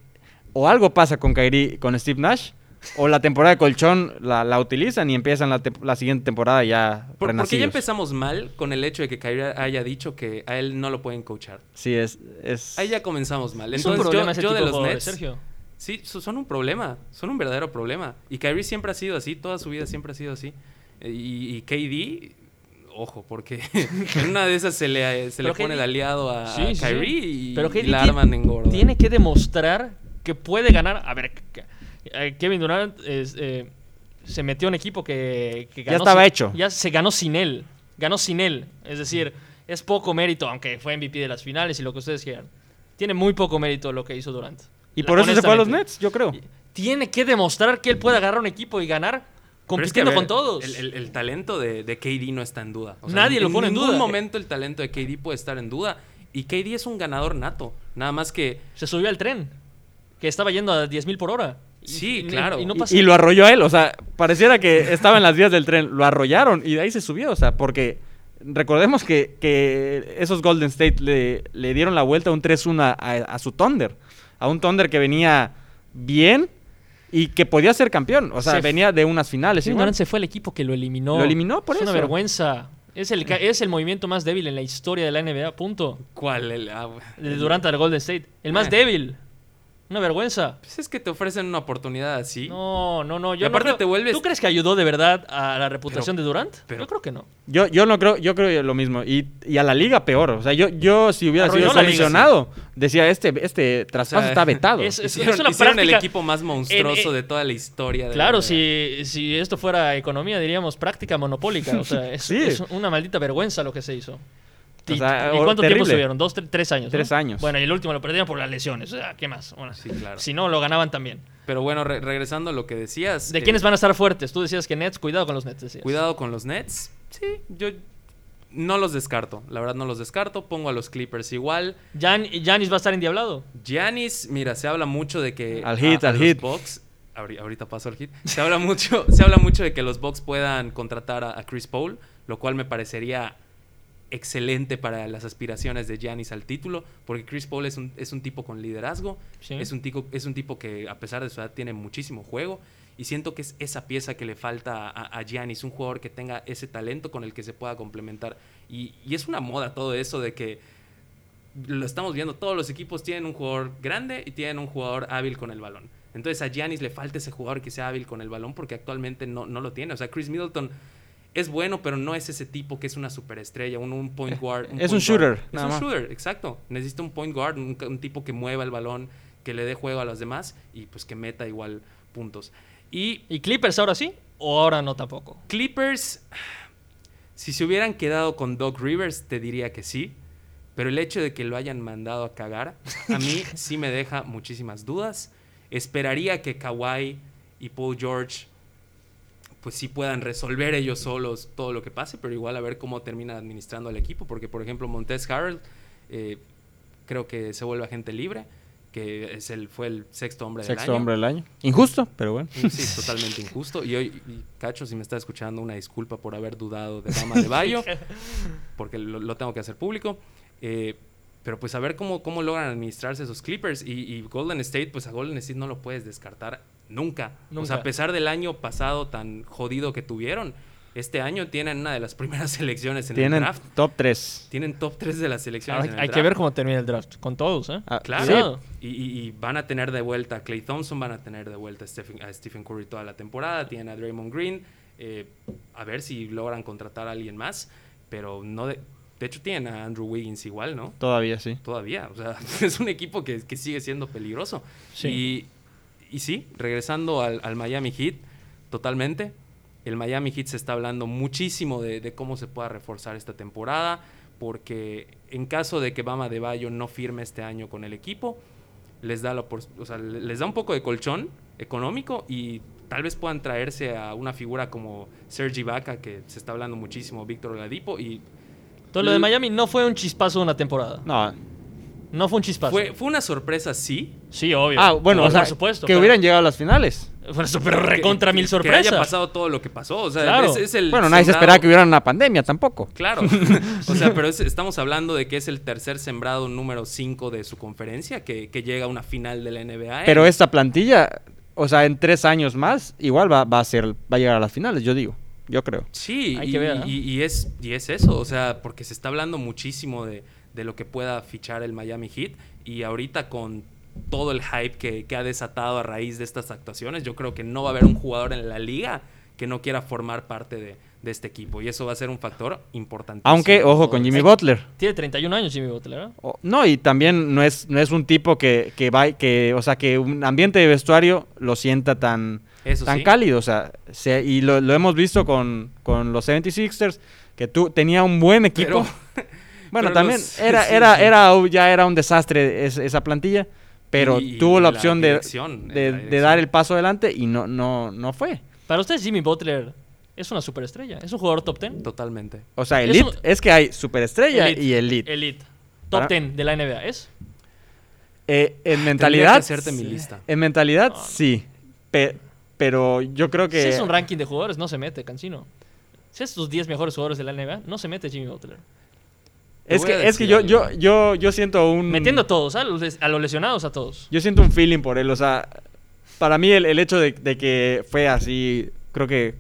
Speaker 2: o algo pasa con Kyrie, con Steve Nash, o la temporada de colchón la, la utilizan y empiezan la, te- la siguiente temporada ya
Speaker 3: Por- porque ya
Speaker 2: renacidos.
Speaker 3: empezamos mal con el hecho de que Kyrie haya dicho que a él no lo pueden coachar.
Speaker 2: Sí, es... es...
Speaker 3: Ahí ya comenzamos mal.
Speaker 1: Es
Speaker 3: Entonces,
Speaker 1: un problema
Speaker 3: yo,
Speaker 1: ese
Speaker 3: yo
Speaker 1: tipo
Speaker 3: de
Speaker 1: de
Speaker 3: los
Speaker 1: jugadores,
Speaker 3: Nets.
Speaker 1: Sergio.
Speaker 3: Sí, so- son un problema. Son un verdadero problema. Y Kyrie siempre ha sido así. Toda su vida siempre ha sido así. Eh, Y, y KD, ojo, porque [LAUGHS] en una de esas se le, se le
Speaker 1: Pero
Speaker 3: pone
Speaker 1: KD
Speaker 3: el aliado a,
Speaker 1: Sí,
Speaker 3: a
Speaker 1: sí, sí.
Speaker 3: Kyrie y,
Speaker 1: Pero
Speaker 3: y
Speaker 1: KD
Speaker 3: la
Speaker 1: ti-
Speaker 3: arman en gordo.
Speaker 1: Tiene que demostrar que puede ganar. A ver, que- eh, Kevin Durant es, eh, se metió en equipo que, que
Speaker 2: Ya
Speaker 1: ganó
Speaker 2: estaba
Speaker 1: sin-
Speaker 2: hecho.
Speaker 1: Ya se ganó sin él. Ganó sin él. Es decir, es poco mérito, aunque fue MVP de las finales y lo que ustedes quieran. Tiene muy poco mérito lo que hizo Durant.
Speaker 2: Y
Speaker 1: La-
Speaker 2: por eso se fue a los
Speaker 1: honestamente.
Speaker 2: Nets, yo creo.
Speaker 1: Tiene que demostrar que él puede agarrar un equipo y ganar
Speaker 3: Pero es que, a
Speaker 1: compitiendo
Speaker 3: ver,
Speaker 1: con todos.
Speaker 3: El, el- el talento de, de KD no está en duda.
Speaker 1: Nadie lo pone en
Speaker 3: En
Speaker 1: duda.
Speaker 3: ningún momento el talento de KD puede estar en duda. Y KD es un ganador nato. Nada más que.
Speaker 1: Se subió al tren, que estaba yendo a 10.000 por hora. Y-
Speaker 3: Sí,
Speaker 1: y-
Speaker 3: claro.
Speaker 1: Y, no
Speaker 2: Y-
Speaker 1: pasó.
Speaker 2: Y, lo arrolló a él, o sea, pareciera que estaba en las vías del tren, lo arrollaron y de ahí se subió, o sea, porque recordemos que, que esos Golden State le, le dieron la vuelta a un 3-1 a, a- a su Thunder, a un Thunder que venía bien y que podía ser campeón, o sea,
Speaker 1: Se-
Speaker 2: venía de unas finales.
Speaker 1: Kevin
Speaker 2: igual.
Speaker 1: Durant se fue al equipo que lo eliminó.
Speaker 2: Lo eliminó, por
Speaker 1: es una
Speaker 2: eso.
Speaker 1: vergüenza. Es el, ca- es el movimiento más débil en la historia de la NBA, punto.
Speaker 3: ¿Cuál? El, ah, bueno.
Speaker 1: De Durant al Golden State. El más
Speaker 3: Eh.
Speaker 1: débil. Una vergüenza.
Speaker 3: Pues es que te ofrecen una oportunidad así.
Speaker 1: No, no, no. Yo
Speaker 3: Y
Speaker 1: no
Speaker 3: aparte
Speaker 1: creo-
Speaker 3: te vuelves-
Speaker 1: ¿Tú crees que ayudó de verdad a la reputación
Speaker 3: Pero-
Speaker 1: de Durant?
Speaker 3: pero-
Speaker 1: yo creo que no.
Speaker 2: Yo, yo no creo, yo creo lo mismo. Y, y a la liga peor. O sea, yo, yo si hubiera
Speaker 1: Arruinó
Speaker 2: sido
Speaker 1: la liga, sí.
Speaker 2: seleccionado, decía este, este traspaso está vetado.
Speaker 1: es- es
Speaker 3: hicieron
Speaker 1: una
Speaker 3: hicieron Ah, el
Speaker 1: práctica-
Speaker 3: equipo más monstruoso
Speaker 1: en- eh,
Speaker 3: de toda la historia. de
Speaker 1: Claro,
Speaker 3: la
Speaker 1: si,
Speaker 3: NBA.
Speaker 1: si esto fuera economía, diríamos práctica monopólica. O
Speaker 2: [LAUGHS]
Speaker 1: sea, es,
Speaker 2: Sí.
Speaker 1: es una maldita vergüenza lo que se hizo.
Speaker 2: O
Speaker 1: ¿Y,
Speaker 2: sea,
Speaker 1: y
Speaker 2: o-
Speaker 1: cuánto tiempo
Speaker 2: terrible.
Speaker 1: estuvieron? ¿Dos, tre- tres años?
Speaker 2: Tres
Speaker 1: ¿no?
Speaker 2: años.
Speaker 1: Bueno, y el último lo perdieron por las lesiones. O sea, ¿qué más? Bueno,
Speaker 3: Sí, claro.
Speaker 1: Si no, lo ganaban también.
Speaker 3: Pero bueno, re- regresando a lo que decías.
Speaker 1: ¿De
Speaker 3: eh,
Speaker 1: quiénes van a estar fuertes? Tú decías que Nets, cuidado con los Nets. decías.
Speaker 3: Cuidado con los Nets. Sí, yo no los descarto. La verdad no los descarto. Pongo a los Clippers igual.
Speaker 1: Gian- Giannis va a estar endiablado.
Speaker 3: Giannis, mira, se habla mucho de que
Speaker 2: Al hit, al
Speaker 3: los
Speaker 2: hit.
Speaker 3: Bucks- ahori- ahorita paso al hit. Se habla mucho, [LAUGHS] se habla mucho de que los Bucks puedan contratar a, a Chris Paul, lo cual me parecería excelente para las aspiraciones de Giannis al título, porque Chris Paul es un, es un tipo con liderazgo,
Speaker 1: Sí.
Speaker 3: es, un tico- es un tipo que a pesar de su edad tiene muchísimo juego y siento que es esa pieza que le falta a, a Giannis, un jugador que tenga ese talento con el que se pueda complementar. Y, y es una moda todo eso de que lo estamos viendo, todos los equipos tienen un jugador grande y tienen un jugador hábil con el balón. Entonces a Giannis le falta ese jugador que sea hábil con el balón porque actualmente no, no lo tiene. O sea, Chris Middleton es bueno, pero no es ese tipo que es una superestrella, un, un point guard.
Speaker 2: Eh, es
Speaker 3: point
Speaker 2: un shooter,
Speaker 3: guard. Es
Speaker 2: nada
Speaker 3: un
Speaker 2: más.
Speaker 3: shooter, exacto. Necesita un point guard, un, un tipo que mueva el balón, que le dé juego a los demás y pues que meta igual puntos. Y
Speaker 1: ¿Y Clippers ahora sí? ¿O ahora no tampoco?
Speaker 3: Clippers, Si se hubieran quedado con Doc Rivers, te diría que sí. Pero el hecho de que lo hayan mandado a cagar,
Speaker 2: [LAUGHS]
Speaker 3: a mí sí me deja muchísimas dudas. Esperaría que Kawhi y Paul George, pues sí puedan resolver ellos solos todo lo que pase, pero igual a ver cómo termina administrando el equipo. Porque, por ejemplo, Montez Harrell eh, creo que se vuelve agente libre, que es el, fue el sexto hombre del
Speaker 2: Sexto
Speaker 3: año.
Speaker 2: hombre del año. Injusto, pero bueno.
Speaker 3: Sí, totalmente injusto. Y hoy, y Cacho, si me está escuchando, una disculpa por haber dudado de Bama de
Speaker 1: [LAUGHS]
Speaker 3: Bayo, porque lo, lo tengo que hacer público. Eh, pero pues a ver cómo, cómo logran administrarse esos Clippers. Y, y Golden State, pues a Golden State no lo puedes descartar nunca. O sea,
Speaker 1: Nunca.
Speaker 3: a pesar del año pasado tan jodido que tuvieron, este año tienen una de las primeras [LAUGHS] selecciones en el
Speaker 2: Tienen
Speaker 3: draft.
Speaker 2: top 3.
Speaker 3: Tienen top 3 de las selecciones
Speaker 1: Hay,
Speaker 3: en el
Speaker 1: hay que
Speaker 3: draft. Ah,
Speaker 1: ver cómo termina el draft. Con todos, ¿eh?
Speaker 3: Claro.
Speaker 1: Cuidado.
Speaker 3: Y, y- y van a tener de vuelta a Clay Thompson, van a tener de vuelta a Stephen, a Stephen Curry toda la temporada, tienen a Draymond Green. eh, a ver si logran contratar a alguien más, pero no de, de hecho tienen a Andrew Wiggins igual, ¿no?
Speaker 2: Todavía sí.
Speaker 3: Todavía, o sea, [LAUGHS] es un equipo que, que sigue siendo peligroso.
Speaker 1: Sí.
Speaker 3: Y, y sí, regresando al, al Miami Heat, totalmente. El Miami Heat se está hablando muchísimo de, de cómo se pueda reforzar esta temporada, porque en caso de que Bama de Bayo no firme este año con el equipo, les da, la opor- o sea, le- les da un poco de colchón económico y tal vez puedan traerse a una figura como Sergi Vaca, que se está hablando muchísimo, Víctor Oladipo, y
Speaker 1: Todo lo de Miami no fue un chispazo de una temporada.
Speaker 2: No.
Speaker 1: No fue un chispazo.
Speaker 3: fue, fue una sorpresa, sí,
Speaker 1: Sí, obvio.
Speaker 2: Ah, bueno,
Speaker 1: por,
Speaker 2: o sea,
Speaker 1: por supuesto.
Speaker 2: que
Speaker 1: pero-
Speaker 2: hubieran llegado a las finales.
Speaker 1: Por eso, pero recontra
Speaker 3: que-
Speaker 1: mil
Speaker 3: que-
Speaker 1: sorpresas.
Speaker 3: Que haya pasado todo lo que pasó. O sea,
Speaker 1: Claro.
Speaker 3: es, es el.
Speaker 2: Bueno, nadie se
Speaker 3: sembrado-
Speaker 2: esperaba que hubiera una pandemia tampoco.
Speaker 3: Claro. o sea, pero es- estamos hablando de que es el tercer sembrado número 5 de su conferencia, que, que llega a una final de la NBA.
Speaker 2: Pero esta plantilla, o sea, en tres años más, igual va, va a ser, va a llegar a las finales, yo digo. Yo creo.
Speaker 3: Sí,
Speaker 1: Hay
Speaker 3: y,
Speaker 1: que ver, ¿no?
Speaker 3: y- y es, y es eso, o sea, porque se está hablando muchísimo de, de lo que pueda fichar el Miami Heat y ahorita con todo el hype que, que ha desatado a raíz de estas actuaciones, yo creo que no va a haber un jugador en la liga que no quiera formar parte de, de este equipo y eso va a ser un factor importante.
Speaker 2: Aunque, ojo, con Jimmy Butler.
Speaker 1: Tiene 31 años Jimmy Butler, ¿eh?
Speaker 2: O- No, y también no es, no es un tipo que, que va, que, o sea, que un ambiente de vestuario lo sienta tan,
Speaker 3: Eso
Speaker 2: tan
Speaker 3: sí.
Speaker 2: cálido. O sea, se- y lo, lo hemos visto con, con los 76ers, que tú tenía un buen equipo.
Speaker 3: [LAUGHS]
Speaker 2: [LAUGHS] bueno,
Speaker 3: pero
Speaker 2: también
Speaker 3: los- [LAUGHS]
Speaker 2: era,
Speaker 3: sí,
Speaker 2: era,
Speaker 3: sí.
Speaker 2: era, ya era un desastre es- esa plantilla, pero
Speaker 3: Y- y
Speaker 2: tuvo la
Speaker 3: la
Speaker 2: opción de,
Speaker 3: dirección,
Speaker 2: de-
Speaker 3: eh, la
Speaker 2: de
Speaker 3: dirección.
Speaker 2: dar el paso adelante y no, no, no fue.
Speaker 1: Para ustedes, Jimmy Butler es una superestrella. Es un jugador top 10.
Speaker 3: Totalmente.
Speaker 2: O sea,
Speaker 1: Es
Speaker 2: elite, es,
Speaker 1: un-
Speaker 2: que hay superestrella y elite.
Speaker 1: Elite. Top
Speaker 2: Para-
Speaker 1: 10 de la NBA. ¿Es?
Speaker 2: Eh, en
Speaker 3: Tendría que
Speaker 2: mentalidad,
Speaker 3: hacerte mi lista.
Speaker 2: En mentalidad,
Speaker 1: No, no.
Speaker 2: sí. Pe- pero yo creo que.
Speaker 1: Si es un ranking de jugadores, no se mete, Cancino. Si es tus 10 mejores jugadores de la NBA, no se mete Jimmy Butler.
Speaker 2: es
Speaker 3: Te voy
Speaker 2: que,
Speaker 3: a
Speaker 2: es que yo,
Speaker 3: decir
Speaker 2: yo,
Speaker 3: algo.
Speaker 2: yo, yo siento
Speaker 3: Mm.
Speaker 2: un.
Speaker 1: Metiendo a todos, a los, des- a los lesionados, a todos.
Speaker 2: Yo siento un feeling por él. O sea, para mí el, el hecho de, de que fue así, creo que.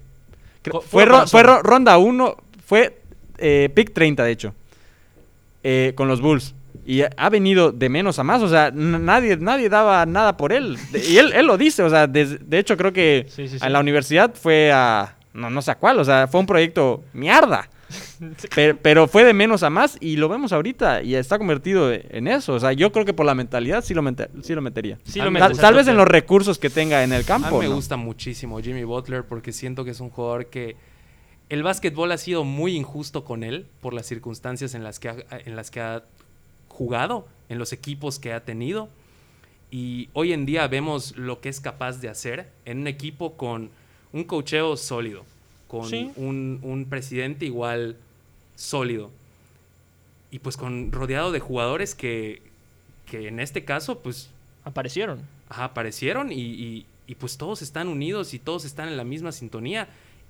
Speaker 2: cre-
Speaker 1: Fue-
Speaker 2: fue
Speaker 1: fue
Speaker 2: ro-
Speaker 1: razón.
Speaker 2: fue ro- ronda 1, fue eh, pick 30, de hecho, eh, con los Bulls. Y ha- ha venido de menos a más, o sea, n- nadie, nadie daba nada por él. De- Y él, él lo dice, o sea, des- de hecho creo que
Speaker 1: Sí, sí, sí.
Speaker 2: en la universidad fue a... No, no sé a cuál, o sea, fue un proyecto mierda. Pe- Pero, fue de menos a más y lo vemos ahorita y está convertido en eso. O sea, yo creo que por la mentalidad sí lo, mete- sí lo metería.
Speaker 1: Sí
Speaker 3: A
Speaker 1: lo
Speaker 3: mí-
Speaker 1: metes al
Speaker 2: Tal, tal
Speaker 1: top
Speaker 2: vez en
Speaker 1: 10.
Speaker 2: los recursos que tenga en el
Speaker 3: A
Speaker 2: campo.
Speaker 3: mí me
Speaker 2: ¿no?
Speaker 3: gusta muchísimo Jimmy Butler porque siento que es un jugador que el básquetbol ha sido muy injusto con él por las circunstancias en las que ha, en las que ha jugado, en los equipos que ha tenido. Y hoy en día vemos lo que es capaz de hacer en un equipo con un cocheo sólido, con
Speaker 1: Sí.
Speaker 3: un, un presidente igual sólido. Y pues con rodeado de jugadores que, que en este caso, pues
Speaker 1: Aparecieron.
Speaker 3: ajá, aparecieron y, y- y, pues todos están unidos y todos están en la misma sintonía.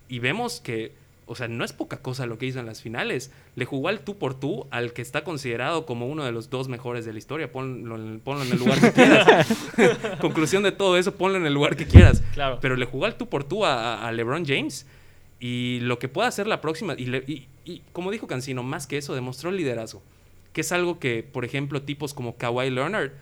Speaker 3: Y vemos que, o sea, no es poca cosa lo que hizo en las finales. Le jugó al tú por tú al que está considerado como uno de los dos mejores de la historia. Ponlo en, ponlo en el lugar que quieras. [LAUGHS] Conclusión de todo eso, ponlo en el lugar que quieras.
Speaker 1: Claro.
Speaker 3: Pero le jugó al tú por tú a, a- a LeBron James. Y lo que pueda hacer la próxima. Y, le- y- y como dijo Cancino, más que eso, demostró liderazgo. Que es algo que, por ejemplo, tipos como Kawhi Leonard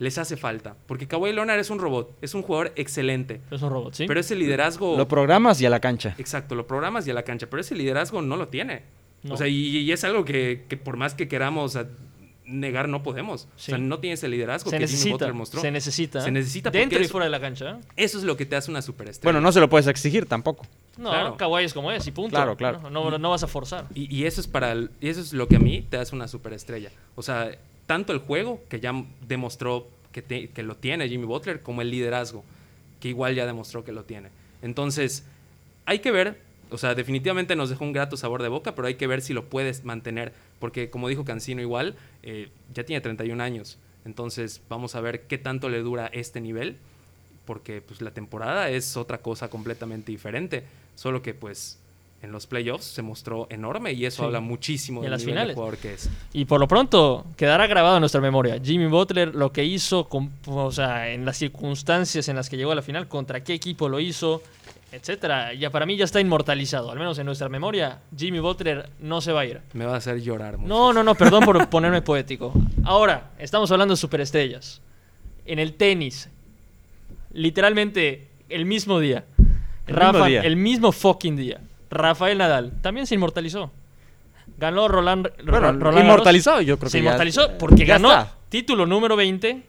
Speaker 3: les hace falta. Porque Kawhi Leonard es un robot, es un jugador excelente.
Speaker 1: es un robot, ¿sí?
Speaker 3: Pero ese liderazgo.
Speaker 2: Lo programas y a la cancha.
Speaker 3: Exacto, lo programas y a la cancha, pero ese liderazgo no lo tiene.
Speaker 1: No.
Speaker 3: O sea, y, y es algo que, que por más que queramos a- negar no podemos.
Speaker 1: Sí.
Speaker 3: O sea, no tienes el liderazgo
Speaker 1: Se
Speaker 3: que Jimmy
Speaker 1: necesita,
Speaker 3: Butler mostró.
Speaker 1: se necesita.
Speaker 3: Se necesita porque
Speaker 1: Dentro y
Speaker 3: eso-
Speaker 1: fuera de la cancha. ¿eh?
Speaker 3: Eso es lo que te hace una superestrella.
Speaker 2: Bueno, no se lo puedes exigir tampoco.
Speaker 1: No,
Speaker 3: Claro.
Speaker 1: Kawhi es como es y punto.
Speaker 2: Claro, claro.
Speaker 1: No, no, no vas a forzar.
Speaker 3: Y, y eso es para el- y eso es lo que a mí te hace una superestrella. O sea, tanto el juego que ya m- demostró que, te- que lo tiene Jimmy Butler como el liderazgo que igual ya demostró que lo tiene. Entonces, hay que ver, o sea, definitivamente nos dejó un grato sabor de boca, pero hay que ver si lo puedes mantener, porque como dijo Cancino igual, eh, ya tiene 31 años. Entonces, vamos a ver qué tanto le dura este nivel porque pues la temporada es otra cosa completamente diferente, solo que pues en los playoffs se mostró enorme y eso
Speaker 1: Sí.
Speaker 3: habla muchísimo
Speaker 1: Y en
Speaker 3: del
Speaker 1: las
Speaker 3: nivel de
Speaker 1: finales.
Speaker 3: jugador que es.
Speaker 1: Y por lo pronto quedará grabado en nuestra memoria. Jimmy Butler, lo que hizo, con- o sea, en las circunstancias en las que llegó a la final, contra qué equipo lo hizo, etcétera. Ya para mí ya está inmortalizado, al menos en nuestra memoria. Jimmy Butler no se va a ir.
Speaker 3: Me va a hacer llorar mucho.
Speaker 1: No, no, no, perdón por [LAUGHS] ponerme poético. Ahora, estamos hablando de superestrellas. En el tenis, literalmente el mismo día.
Speaker 2: El
Speaker 1: Rafa,
Speaker 2: mismo día.
Speaker 1: el mismo fucking día. Rafael Nadal también se inmortalizó. Ganó Roland, Ro-
Speaker 2: Bueno,
Speaker 1: Roland Garros.
Speaker 2: inmortalizado, yo creo
Speaker 1: Se
Speaker 2: que ya-
Speaker 1: inmortalizó porque
Speaker 2: ya
Speaker 1: ganó
Speaker 2: está.
Speaker 1: título número 20,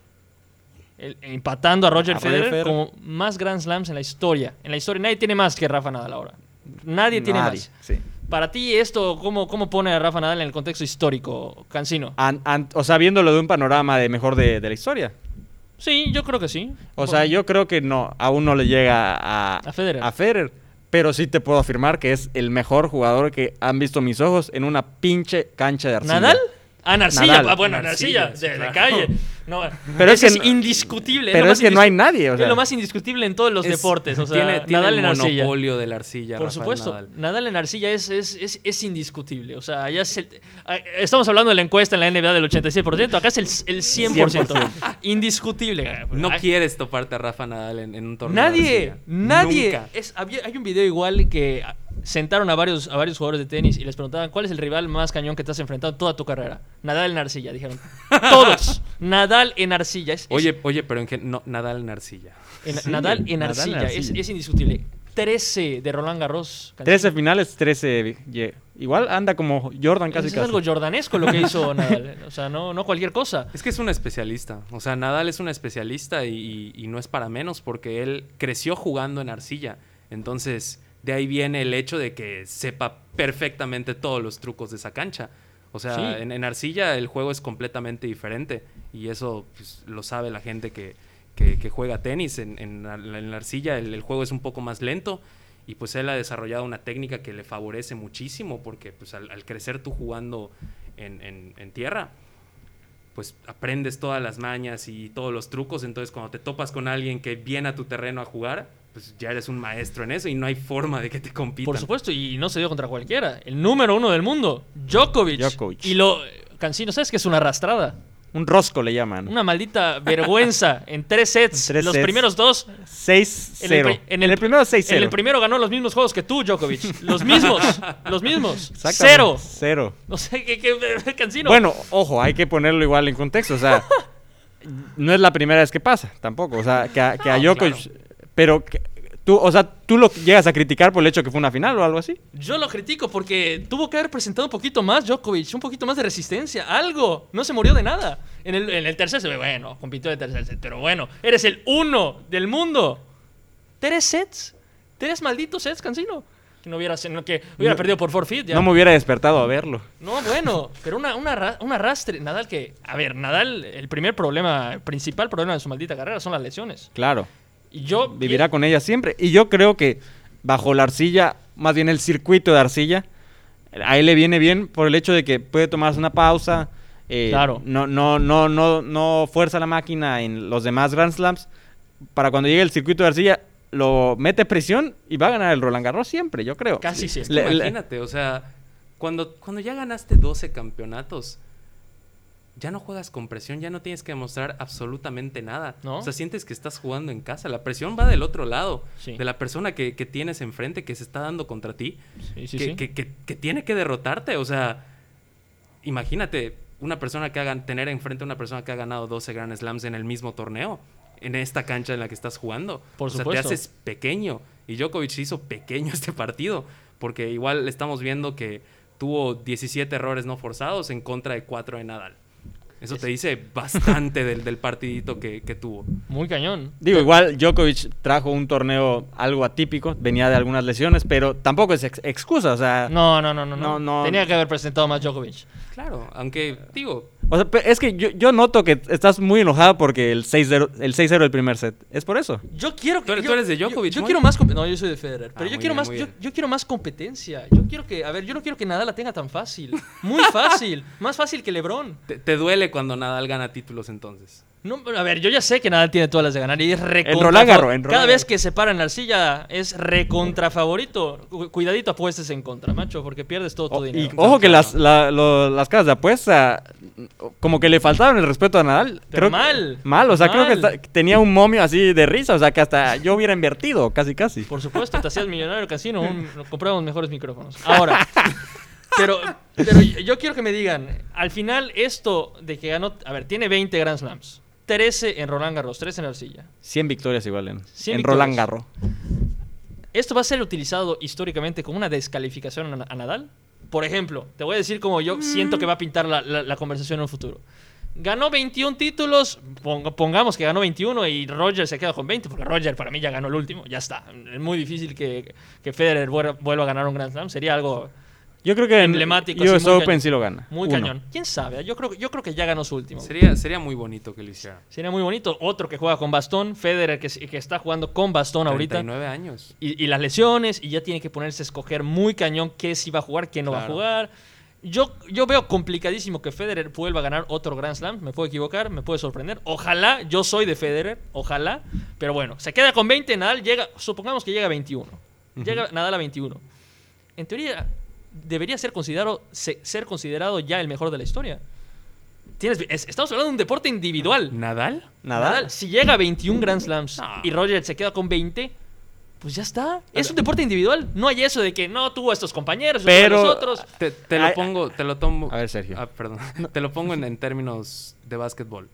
Speaker 1: el- empatando a Roger
Speaker 2: A Roger
Speaker 1: Federer
Speaker 2: Federer.
Speaker 1: como más Grand Slams en la historia. En la historia nadie tiene más que Rafa Nadal ahora. Nadie tiene
Speaker 2: Nadie,
Speaker 1: más.
Speaker 2: sí.
Speaker 1: Para ti, esto, ¿cómo, cómo pone a Rafa Nadal en el contexto histórico, Cancino?
Speaker 2: An- an- o sea, viéndolo de un panorama de mejor de, de la historia.
Speaker 1: Sí, yo creo que sí.
Speaker 2: O sea, yo creo que no, aún no le llega a,
Speaker 1: A Federer.
Speaker 2: Pero sí te puedo afirmar que es el mejor jugador que han visto mis ojos en una pinche cancha de arcilla.
Speaker 1: ¿Nadal? Ah, Narcilla.
Speaker 2: Nadal.
Speaker 1: Ah, bueno,
Speaker 3: Narcilla,
Speaker 1: Narcilla,
Speaker 3: sí,
Speaker 1: de, de
Speaker 3: claro.
Speaker 1: calle. No,
Speaker 2: Pero
Speaker 1: ese
Speaker 2: es que
Speaker 1: es
Speaker 2: no-
Speaker 1: indiscutible.
Speaker 2: pero
Speaker 1: lo
Speaker 2: es
Speaker 1: más
Speaker 2: que no hay
Speaker 1: indiscu-
Speaker 2: nadie, o sea.
Speaker 1: es lo más indiscutible en todos los
Speaker 3: Es-
Speaker 1: deportes. O sea,
Speaker 3: tiene, tiene
Speaker 1: Nadal
Speaker 3: el
Speaker 1: en Arcilla.
Speaker 3: monopolio de la arcilla.
Speaker 1: Por
Speaker 3: Rafael
Speaker 1: supuesto,
Speaker 3: Nadal.
Speaker 1: Nadal. en arcilla es, es, es, es indiscutible. O sea, allá es el- a- estamos hablando de la encuesta en la NBA del 86%, acá es el, el 100%. Indiscutible.
Speaker 3: No
Speaker 1: Ay,
Speaker 3: quieres toparte a Rafa Nadal en, en un torneo. de
Speaker 1: Nadie,
Speaker 3: arcilla.
Speaker 1: nadie.
Speaker 3: Nunca.
Speaker 1: Es- había- hay un video igual que ah, sentaron a varios, a varios jugadores de tenis y les preguntaban cuál es el rival más cañón que te has enfrentado en toda tu carrera. Nadal en arcilla,
Speaker 3: [LAUGHS]
Speaker 1: dijeron. Todos. Nadal en arcilla. Es- es-
Speaker 3: Oye, oye, pero en gen- no, Nadal en arcilla.
Speaker 1: en-
Speaker 2: sí,
Speaker 1: Nadal en
Speaker 2: Nadal en
Speaker 1: arcilla. Es,
Speaker 2: arcilla.
Speaker 1: es indiscutible. 13 de Roland Garros.
Speaker 2: 13 finales, 13. vi- ye- Igual anda como Jordan casi
Speaker 1: es
Speaker 2: casi.
Speaker 1: algo jordanesco lo que
Speaker 2: [LAUGHS]
Speaker 1: hizo Nadal. ¿eh? O sea, no, no cualquier cosa.
Speaker 3: Es que es un especialista. O sea, Nadal es un especialista y, y no es para menos porque él creció jugando en arcilla. Entonces, de ahí viene el hecho de que sepa perfectamente todos los trucos de esa cancha. O sea,
Speaker 1: Sí.
Speaker 3: en, en arcilla el juego es completamente diferente y eso pues, lo sabe la gente que, que- que juega tenis. En, en la- en la arcilla el, el juego es un poco más lento y pues él ha desarrollado una técnica que le favorece muchísimo porque pues al, al crecer tú jugando en- en- en tierra, pues aprendes todas las mañas y todos los trucos, entonces cuando te topas con alguien que viene a tu terreno a jugar, pues ya eres un maestro en eso y no hay forma de que te compitan.
Speaker 1: Por supuesto, y no se dio contra cualquiera. El número uno del mundo, Djokovic.
Speaker 2: Djokovic.
Speaker 1: Y lo. Cancino, ¿sabes que es una arrastrada?
Speaker 2: Un rosco le llaman.
Speaker 1: Una maldita
Speaker 2: [LAUGHS]
Speaker 1: vergüenza en tres sets.
Speaker 2: En tres
Speaker 1: los
Speaker 2: sets.
Speaker 1: primeros dos.
Speaker 2: 6-0.
Speaker 1: En el, pri- en el-
Speaker 2: primero 6-0.
Speaker 1: En el primero ganó los mismos juegos que tú,
Speaker 2: [LAUGHS]
Speaker 1: Djokovic. Los mismos. los mismos.
Speaker 2: Exactamente,
Speaker 1: Cero.
Speaker 2: Cero.
Speaker 1: No sé qué. qué- [LAUGHS] Cancino.
Speaker 2: Bueno, ojo, hay que ponerlo igual en contexto.
Speaker 1: [LAUGHS]
Speaker 2: O sea, no es la primera vez que pasa tampoco. O sea, que a, que a
Speaker 3: No,
Speaker 2: Djokovic- Pero que- tú, o sea, tú lo llegas a criticar por el hecho que fue una final o algo así.
Speaker 1: Yo lo critico porque tuvo que haber presentado un poquito más Djokovic, un poquito más de resistencia, algo. No se murió de nada. En el, en el tercer set, bueno, compitió de tercer set, pero bueno, eres el uno del mundo. Tres sets, tres malditos sets, Cancino. Que no hubiera, no, que hubiera
Speaker 2: No-
Speaker 1: perdido por forfeit. Ya.
Speaker 2: No me hubiera despertado a verlo.
Speaker 1: No, bueno, pero una, una, ra- un arrastre. Nadal que, a ver, Nadal, el primer problema, el principal problema de su maldita carrera son las lesiones.
Speaker 2: Claro.
Speaker 1: Y yo...
Speaker 2: Vivirá con ella siempre. Y yo creo que bajo la arcilla, más bien el circuito de arcilla, a él le viene bien por el hecho de que puede tomarse una pausa. eh,
Speaker 1: Claro.
Speaker 2: No, no, no, no, no fuerza la máquina en los demás Grand Slams. Para cuando llegue el circuito de arcilla, lo mete presión y va a ganar el Roland Garros siempre, yo creo.
Speaker 1: Casi sí.
Speaker 3: Es que
Speaker 2: Le- le-
Speaker 3: imagínate, o sea, cuando, cuando ya ganaste 12 campeonatos, ya no juegas con presión, ya no tienes que demostrar absolutamente nada.
Speaker 1: ¿No?
Speaker 3: O sea, sientes que estás jugando en casa. La presión va del otro lado,
Speaker 1: Sí.
Speaker 3: de la persona que, que tienes enfrente, que se está dando contra ti.
Speaker 1: Sí, sí,
Speaker 3: que,
Speaker 1: sí.
Speaker 3: que- que- que tiene que derrotarte. O sea, imagínate una persona que hagan tener enfrente a una persona que ha ganado 12 Grand Slams en el mismo torneo, en esta cancha en la que estás jugando.
Speaker 1: Por
Speaker 3: o sea,
Speaker 1: supuesto.
Speaker 3: te haces pequeño. Y Djokovic se hizo pequeño [LAUGHS] este partido, porque igual estamos viendo que tuvo 17 errores no forzados en contra de 4 de Nadal. Eso te dice bastante del, del partidito que, que tuvo.
Speaker 1: Muy cañón.
Speaker 2: Digo, igual Djokovic trajo un torneo algo atípico, venía de algunas lesiones, pero tampoco es ex- excusa, o
Speaker 3: Ah.
Speaker 2: sea,
Speaker 1: No, no, no, no, no.
Speaker 2: No, no.
Speaker 1: Tenía que haber presentado más Djokovic.
Speaker 3: Claro, aunque digo,
Speaker 2: o sea, pe- es que yo, yo noto que estás muy enojado porque el 6-0 el 6-0 del primer set, es por eso.
Speaker 1: Yo quiero que.
Speaker 3: Tú eres-
Speaker 1: yo,
Speaker 3: tú eres de
Speaker 1: yo-
Speaker 3: Djokovic,
Speaker 1: Yo,
Speaker 3: ¿no?
Speaker 1: quiero más. comp- No, yo soy de Federer.
Speaker 3: Ah,
Speaker 1: Pero yo
Speaker 3: muy
Speaker 1: quiero
Speaker 3: bien,
Speaker 1: más.
Speaker 3: muy
Speaker 1: Yo,
Speaker 3: bien.
Speaker 1: yo quiero más competencia. Yo quiero que. A ver, yo no quiero que Nadal la tenga tan fácil. Muy
Speaker 3: [LAUGHS]
Speaker 1: fácil. más fácil que LeBron.
Speaker 3: te, te duele cuando Nadal gana títulos entonces.
Speaker 1: No, a ver, yo ya sé que Nadal tiene todas las de ganar y es recontra.
Speaker 2: Roland Garros, en Roland
Speaker 1: Cada vez
Speaker 2: Garros.
Speaker 1: que se para en la arcilla es recontra favorito. Cu- Cuidadito apuestes en contra, macho, porque pierdes todo tu
Speaker 2: O- Oh, y
Speaker 1: dinero.
Speaker 2: ojo que
Speaker 3: Claro.
Speaker 2: las, la- lo- las casas de apuesta, como que le faltaron el respeto a Nadal.
Speaker 1: Pero
Speaker 2: creo que-
Speaker 1: mal,
Speaker 2: mal, o sea, creo que
Speaker 1: mal.
Speaker 2: está- tenía un momio así de risa, o sea, que hasta yo hubiera invertido, casi, casi.
Speaker 1: Por supuesto, te hacías millonario casino,
Speaker 2: [LAUGHS]
Speaker 1: un- comprábamos mejores micrófonos. Ahora, pero, pero yo yo quiero que me digan, al final esto de que ganó, a ver, tiene 20 Grand Slams, 13 en Roland Garros, 13 en Arcilla.
Speaker 2: 100 victorias igual en,
Speaker 1: 100
Speaker 2: en Roland
Speaker 1: victorias.
Speaker 2: Garros.
Speaker 1: ¿Esto va a ser utilizado históricamente como una descalificación a, Na- a Nadal? Por ejemplo, te voy a decir como yo siento que va a pintar la, la- la conversación en un futuro. Ganó 21 títulos, pong- pongamos que ganó 21 y Roger se queda con 20, porque Roger para mí ya ganó el último, ya está. Es muy difícil que, que Federer vuel- vuelva a ganar un Grand Slam, sería algo
Speaker 2: Yo creo que en
Speaker 1: Emblemático,
Speaker 2: US
Speaker 1: así, muy
Speaker 2: Open
Speaker 1: cañón.
Speaker 2: sí lo gana.
Speaker 1: muy
Speaker 2: Uno.
Speaker 1: cañón. ¿Quién sabe? Yo creo, yo creo que ya ganó su último.
Speaker 3: Sería, sería muy bonito que lo hiciera.
Speaker 1: Sería muy bonito. Otro que juega con bastón, Federer que, s- que está jugando con bastón ahorita.
Speaker 3: 39 años.
Speaker 1: y, y las lesiones, y ya tiene que ponerse a escoger muy cañón qué sí va a jugar, quién no va a
Speaker 3: Claro.
Speaker 1: jugar. Yo, yo veo complicadísimo que Federer vuelva a ganar otro Grand Slam. Me puedo equivocar, me puede sorprender. Ojalá, yo soy de Federer, ojalá. Pero bueno, se queda con 20, Nadal llega, supongamos que llega a 21. Llega Nadal a 21. En teoría, debería ser considerado, se- ser considerado ya el mejor de la historia. Tienes, es- estamos hablando de un deporte individual.
Speaker 3: ¿Nadal?
Speaker 2: Nadal.
Speaker 1: Nadal, si llega a 21 Grand Slams
Speaker 3: No.
Speaker 1: y Roger se queda con 20, pues ya está. Es un deporte individual. No hay eso de que no tuvo a estos compañeros, tuvo a
Speaker 2: Pero-
Speaker 1: nosotros.
Speaker 3: Te, te lo
Speaker 2: Ay,
Speaker 3: pongo, te lo tomo.
Speaker 2: A ver, Sergio.
Speaker 3: Ah, perdón. [LAUGHS] Te lo pongo en, en términos de básquetbol.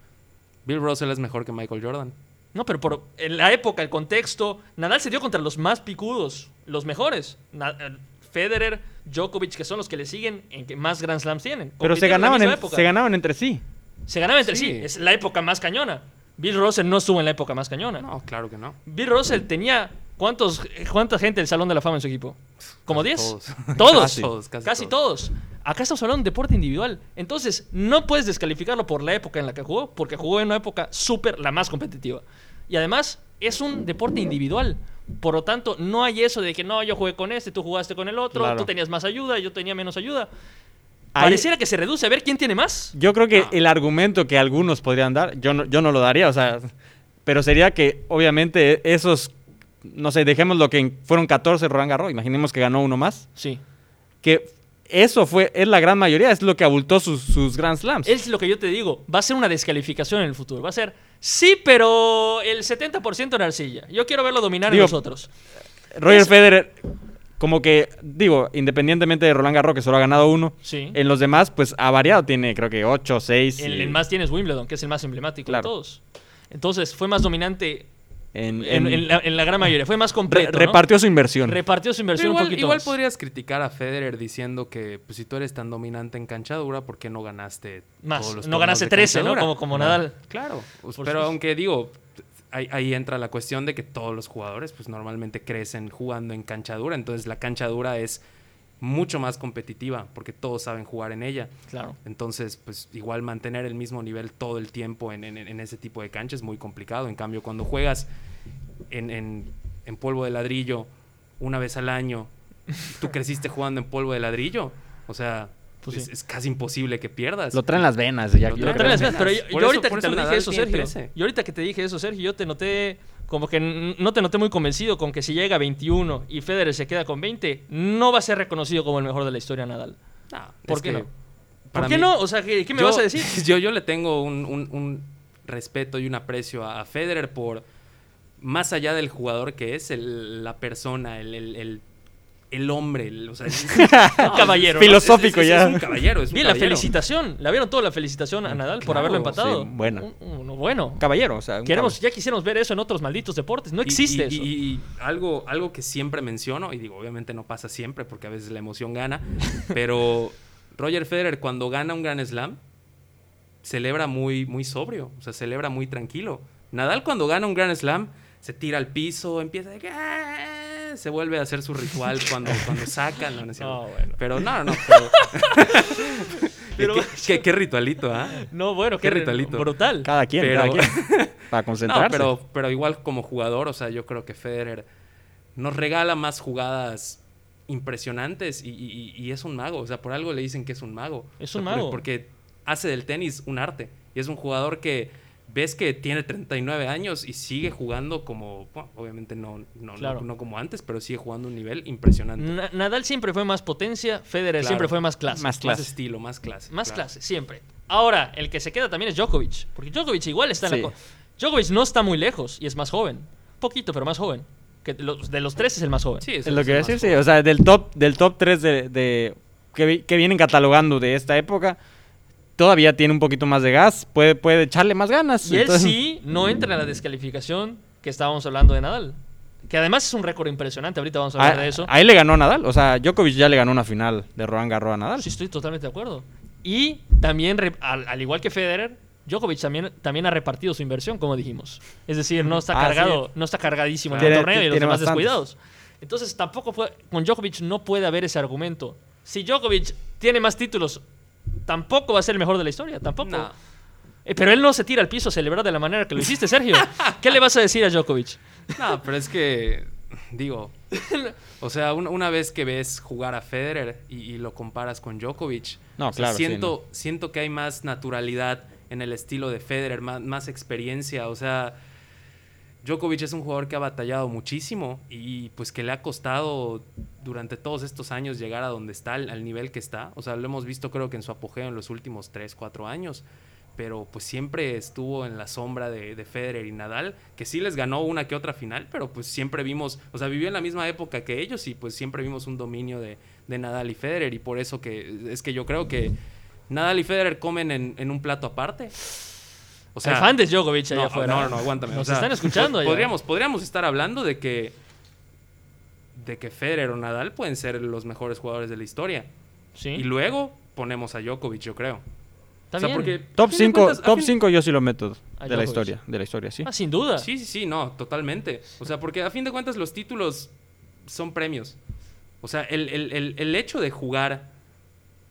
Speaker 3: Bill Russell es mejor que Michael Jordan.
Speaker 1: No, pero por en la época, el contexto, Nadal se dio contra los más picudos, los mejores. Na- eh, Federer, Djokovic, que son los que le siguen en que más Grand Slams tienen.
Speaker 2: Pero se
Speaker 1: Compitieron en la
Speaker 2: ganaban,
Speaker 1: misma
Speaker 2: en-
Speaker 1: época.
Speaker 2: se ganaban entre sí.
Speaker 1: Se ganaban entre sí.
Speaker 3: Sí.
Speaker 1: Es la época más cañona. Bill Russell no estuvo en la época más cañona.
Speaker 3: No, claro que no.
Speaker 1: Bill Russell tenía ¿cuántos, ¿cuánta gente del Salón de la Fama en su equipo? ¿Como
Speaker 3: Casi
Speaker 1: 10? [LAUGHS]
Speaker 3: todos.
Speaker 1: Todos.
Speaker 3: Casi todos,
Speaker 1: Casi,
Speaker 3: casi
Speaker 1: todos. Acá estamos hablando de un deporte individual. Entonces, no puedes descalificarlo por la época en la que jugó, porque jugó en una época súper, la más competitiva. Y además, es un deporte individual. Por lo tanto, no hay eso de que no, yo jugué con este, tú jugaste con el otro,
Speaker 2: Claro.
Speaker 1: tú tenías más ayuda, yo tenía menos ayuda.
Speaker 2: Ahí-
Speaker 1: Pareciera que se reduce a ver quién tiene más.
Speaker 2: Yo creo que
Speaker 3: No.
Speaker 2: el argumento que algunos podrían dar, yo no, yo no lo daría, o sea, pero sería que obviamente esos, no sé, dejemos lo que en- fueron 14 Roland Garros, imaginemos que ganó uno más,
Speaker 1: Sí.
Speaker 2: que eso fue, es la gran mayoría, es lo que abultó sus, sus Grand Slams.
Speaker 1: Es lo que yo te digo, va a ser una descalificación en el futuro. Va a ser, sí, pero el 70% en arcilla. Yo quiero verlo dominar
Speaker 2: Digo,
Speaker 1: en nosotros.
Speaker 2: Roger
Speaker 1: es-
Speaker 2: Federer, como que, digo, independientemente de Roland Garros, que solo ha ganado uno,
Speaker 1: Sí.
Speaker 2: en los demás, pues ha variado, tiene creo que 8, 6.
Speaker 1: En el más tienes Wimbledon, que es el más emblemático de
Speaker 2: Claro.
Speaker 1: todos. Entonces, fue más dominante en,
Speaker 2: en- en-
Speaker 1: en la, en la gran mayoría. Fue más
Speaker 2: re-
Speaker 1: completo. ¿no?
Speaker 2: repartió su inversión.
Speaker 1: Repartió su
Speaker 3: Pero
Speaker 1: inversión un
Speaker 3: igual,
Speaker 1: poquito
Speaker 3: igual
Speaker 1: más.
Speaker 3: podrías criticar a Federer diciendo que pues, si tú eres tan dominante en cancha dura, ¿por qué no ganaste
Speaker 1: Más,
Speaker 3: todos los
Speaker 1: no
Speaker 3: torneos
Speaker 1: ganaste
Speaker 3: de cancha
Speaker 1: 13, ¿no?
Speaker 3: dura?
Speaker 1: Como- como
Speaker 3: No,
Speaker 1: Nadal.
Speaker 3: Claro. Pues,
Speaker 1: Por
Speaker 3: pero
Speaker 1: sus-
Speaker 3: aunque digo, ahí, ahí entra la cuestión de que todos los jugadores pues normalmente crecen jugando en cancha dura. Entonces la cancha dura es mucho más competitiva porque todos saben jugar en ella.
Speaker 1: Claro.
Speaker 3: Entonces, pues igual mantener el mismo nivel todo el tiempo en, en- en ese tipo de cancha es muy complicado. En cambio, cuando juegas en, en- en polvo de ladrillo una vez al año, tú creciste jugando en polvo de ladrillo, o sea,
Speaker 1: Pues
Speaker 3: es,
Speaker 1: sí.
Speaker 3: es casi imposible que pierdas.
Speaker 2: Lo traen las venas. Ya,
Speaker 3: Lo
Speaker 2: yo
Speaker 1: Pero
Speaker 2: creo.
Speaker 1: otra vez,
Speaker 3: creo.
Speaker 1: pero yo,
Speaker 3: Por
Speaker 1: yo
Speaker 3: eso-
Speaker 1: ahorita
Speaker 3: por
Speaker 1: que te
Speaker 3: eso
Speaker 1: lo dije
Speaker 3: Nadal
Speaker 1: eso,
Speaker 3: tiene
Speaker 1: Sergio.
Speaker 3: 13.
Speaker 1: Yo ahorita que te dije eso, Sergio, yo te noté como que n- no te noté muy convencido con que si llega a 21 y Federer se queda con 20, no va a ser reconocido como el mejor de la historia Nadal.
Speaker 3: No,
Speaker 1: ¿Por
Speaker 3: es
Speaker 1: qué
Speaker 3: que
Speaker 1: no?
Speaker 3: para
Speaker 1: ¿Por qué
Speaker 3: mí-
Speaker 1: no? O sea, ¿qué, qué me
Speaker 3: yo-
Speaker 1: vas a
Speaker 3: [LAUGHS]
Speaker 1: decir?
Speaker 3: Yo, yo le tengo un, un- un respeto y un aprecio a, a Federer por, más allá del jugador que es, el- la persona, el, el- el- el hombre, el- o
Speaker 1: [LAUGHS]
Speaker 3: sea, es- es- no,
Speaker 1: Caballero, ¿no?
Speaker 3: es-
Speaker 2: Filosófico
Speaker 3: es- es-
Speaker 2: ya.
Speaker 3: Es un caballero, es un
Speaker 1: Bien, la
Speaker 3: caballero.
Speaker 1: felicitación. ¿La vieron toda la felicitación a Nadal por
Speaker 3: Claro,
Speaker 1: haberlo empatado?
Speaker 2: sí, buena.
Speaker 1: Un- Uno bueno.
Speaker 2: Caballero, o sea. un
Speaker 1: Queremos,
Speaker 2: caballero.
Speaker 1: ya quisiéramos ver eso en otros malditos deportes. No
Speaker 3: Y-
Speaker 1: existe
Speaker 3: y,
Speaker 1: eso.
Speaker 3: y- y algo, algo que siempre menciono, y digo, obviamente no pasa siempre porque a
Speaker 1: [LAUGHS]
Speaker 3: veces la emoción gana, pero Roger Federer cuando gana un Grand Slam, celebra muy, muy sobrio, o sea, celebra muy tranquilo. Nadal cuando gana un Grand Slam se tira al piso, empieza de que, "Ah", se vuelve a hacer
Speaker 1: [LAUGHS]
Speaker 3: su ritual cuando, cuando sacan. No, no es cierto.
Speaker 1: No, Ah, bueno.
Speaker 3: Pero no, no, pero...
Speaker 1: [LAUGHS]
Speaker 3: [LAUGHS]
Speaker 1: Pero-
Speaker 3: ¿Qué, qué- qué ritualito, ¿ah?
Speaker 1: No, bueno,
Speaker 3: Qué
Speaker 1: qué,
Speaker 3: ritualito.
Speaker 1: brutal.
Speaker 2: Cada quien,
Speaker 3: Pero-
Speaker 2: cada quien. Para
Speaker 3: No,
Speaker 2: concentrarse.
Speaker 3: pero, pero igual como jugador, o sea, yo creo que Federer nos regala más jugadas impresionantes y, y- y es un mago. O sea, por algo le dicen que es un mago.
Speaker 1: Es
Speaker 3: O sea,
Speaker 1: un
Speaker 3: por-
Speaker 1: mago.
Speaker 3: Porque hace del tenis un arte. Y es un jugador que ves que tiene 39 años y sigue jugando como, bueno, obviamente no, no, no-
Speaker 1: Claro.
Speaker 3: no, como antes, pero sigue jugando a un nivel impresionante.
Speaker 1: Na- Nadal siempre fue más potencia, Federer
Speaker 3: Claro.
Speaker 1: siempre fue más clase.
Speaker 2: Más
Speaker 3: Más
Speaker 2: clase.
Speaker 3: estilo, más clase.
Speaker 1: Más
Speaker 3: claro.
Speaker 1: clase, siempre. Ahora, el que se queda también es Djokovic. Porque Djokovic igual está en
Speaker 2: Sí.
Speaker 1: la. co- Djokovic no está muy lejos y es más joven. Poquito, pero más joven. Que de los- de los tres es el más joven.
Speaker 3: Sí,
Speaker 2: Es
Speaker 3: eso
Speaker 2: lo que iba a
Speaker 3: más
Speaker 2: decir,
Speaker 3: joven.
Speaker 2: sí. O sea, del top, del top 3 de, de- que, vi- que vienen catalogando de esta época, todavía tiene un poquito más de gas, puede, puede echarle más ganas.
Speaker 1: Y él
Speaker 2: entonces-
Speaker 1: sí no entra en la descalificación que estábamos hablando de Nadal. Que además es un récord impresionante. Ahorita vamos a hablar
Speaker 2: A-
Speaker 1: de eso.
Speaker 2: Ahí le ganó a Nadal. O sea, Djokovic ya le ganó una final de Roland Garros a Nadal.
Speaker 1: Sí, estoy totalmente de acuerdo. Y también, re- al, al igual que Federer, Djokovic también, también ha repartido su inversión, como dijimos. Es decir, no está
Speaker 2: Ah,
Speaker 1: cargado, no está cargadísimo en
Speaker 2: Tiene-
Speaker 1: el torneo y los
Speaker 2: tiene
Speaker 1: demás
Speaker 2: bastantes.
Speaker 1: descuidados. Entonces, tampoco fue- con Djokovic no puede haber ese argumento. Si Djokovic tiene más títulos, tampoco va a ser el mejor de la historia, tampoco.
Speaker 3: No.
Speaker 1: Eh, pero él no se tira al piso a celebrar de la manera que lo hiciste, Sergio. ¿Qué le vas a decir a Djokovic?
Speaker 3: No, pero es que, digo, o sea, un- una vez que ves jugar a Federer y, y lo comparas con Djokovic,
Speaker 2: No,
Speaker 3: o sea,
Speaker 2: claro, sí,
Speaker 3: siento, siento que hay más naturalidad en el estilo de Federer, más, más experiencia, o sea, Djokovic es un jugador que ha batallado muchísimo y pues que le ha costado durante todos estos años llegar a donde está, al al nivel que está, o sea, lo hemos visto creo que en su apogeo en los últimos 3, 4 años pero pues siempre estuvo en la sombra de, de Federer y Nadal, que sí les ganó una que otra final, pero pues siempre vimos, o sea, vivió en la misma época que ellos y pues siempre vimos un dominio de, de Nadal y Federer y por eso que es que yo creo que Nadal y Federer comen en, en un plato aparte. O
Speaker 1: el fan de Djokovic allá
Speaker 3: no,
Speaker 1: afuera.
Speaker 3: No, no, no, aguántame.
Speaker 1: Nos
Speaker 3: o sea,
Speaker 1: están escuchando allá.
Speaker 3: Podríamos, podríamos estar hablando de que. de que Federer o Nadal pueden ser los mejores jugadores de la historia.
Speaker 1: Sí.
Speaker 3: Y luego ponemos a Djokovic, yo creo.
Speaker 1: Está
Speaker 3: o sea,
Speaker 1: bien.
Speaker 3: porque-
Speaker 2: Top
Speaker 3: a fin de
Speaker 2: 5,
Speaker 3: cuentas- a
Speaker 2: top
Speaker 3: fin-
Speaker 2: 5 yo sí lo meto
Speaker 1: A
Speaker 2: de la
Speaker 1: Djokovic.
Speaker 2: historia, de la historia, sí.
Speaker 1: Ah, sin duda.
Speaker 3: Sí, sí, sí, no, totalmente. O sea, porque a fin de cuentas los títulos son premios. O sea, el, el- el- el hecho de jugar,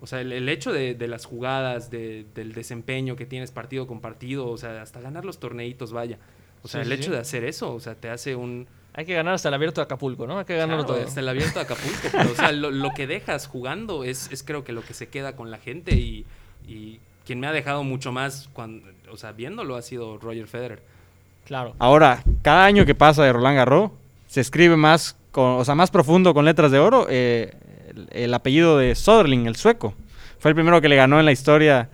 Speaker 3: o sea, el, el hecho de, de las jugadas, de- del desempeño que tienes partido con partido, o sea, hasta ganar los torneitos, vaya. O sea,
Speaker 1: Sí,
Speaker 3: el
Speaker 1: sí,
Speaker 3: hecho
Speaker 1: sí.
Speaker 3: de hacer eso, o sea, te hace un...
Speaker 1: Hay que ganar hasta el abierto de Acapulco, ¿no? Hay que ganarlo
Speaker 3: Claro,
Speaker 1: todo.
Speaker 3: Hasta el abierto de
Speaker 1: [LAUGHS]
Speaker 3: Acapulco. pero, o sea, lo, lo que dejas jugando es, es creo que lo que se queda con la gente y, y quien me ha dejado mucho más, cuando, o sea, viéndolo ha sido Roger Federer.
Speaker 1: Claro.
Speaker 2: Ahora, cada año que pasa de Roland Garros, se escribe más, con, o sea, más profundo con letras de oro eh, el, el apellido de Söderling, el sueco. Fue el primero que le ganó en la historia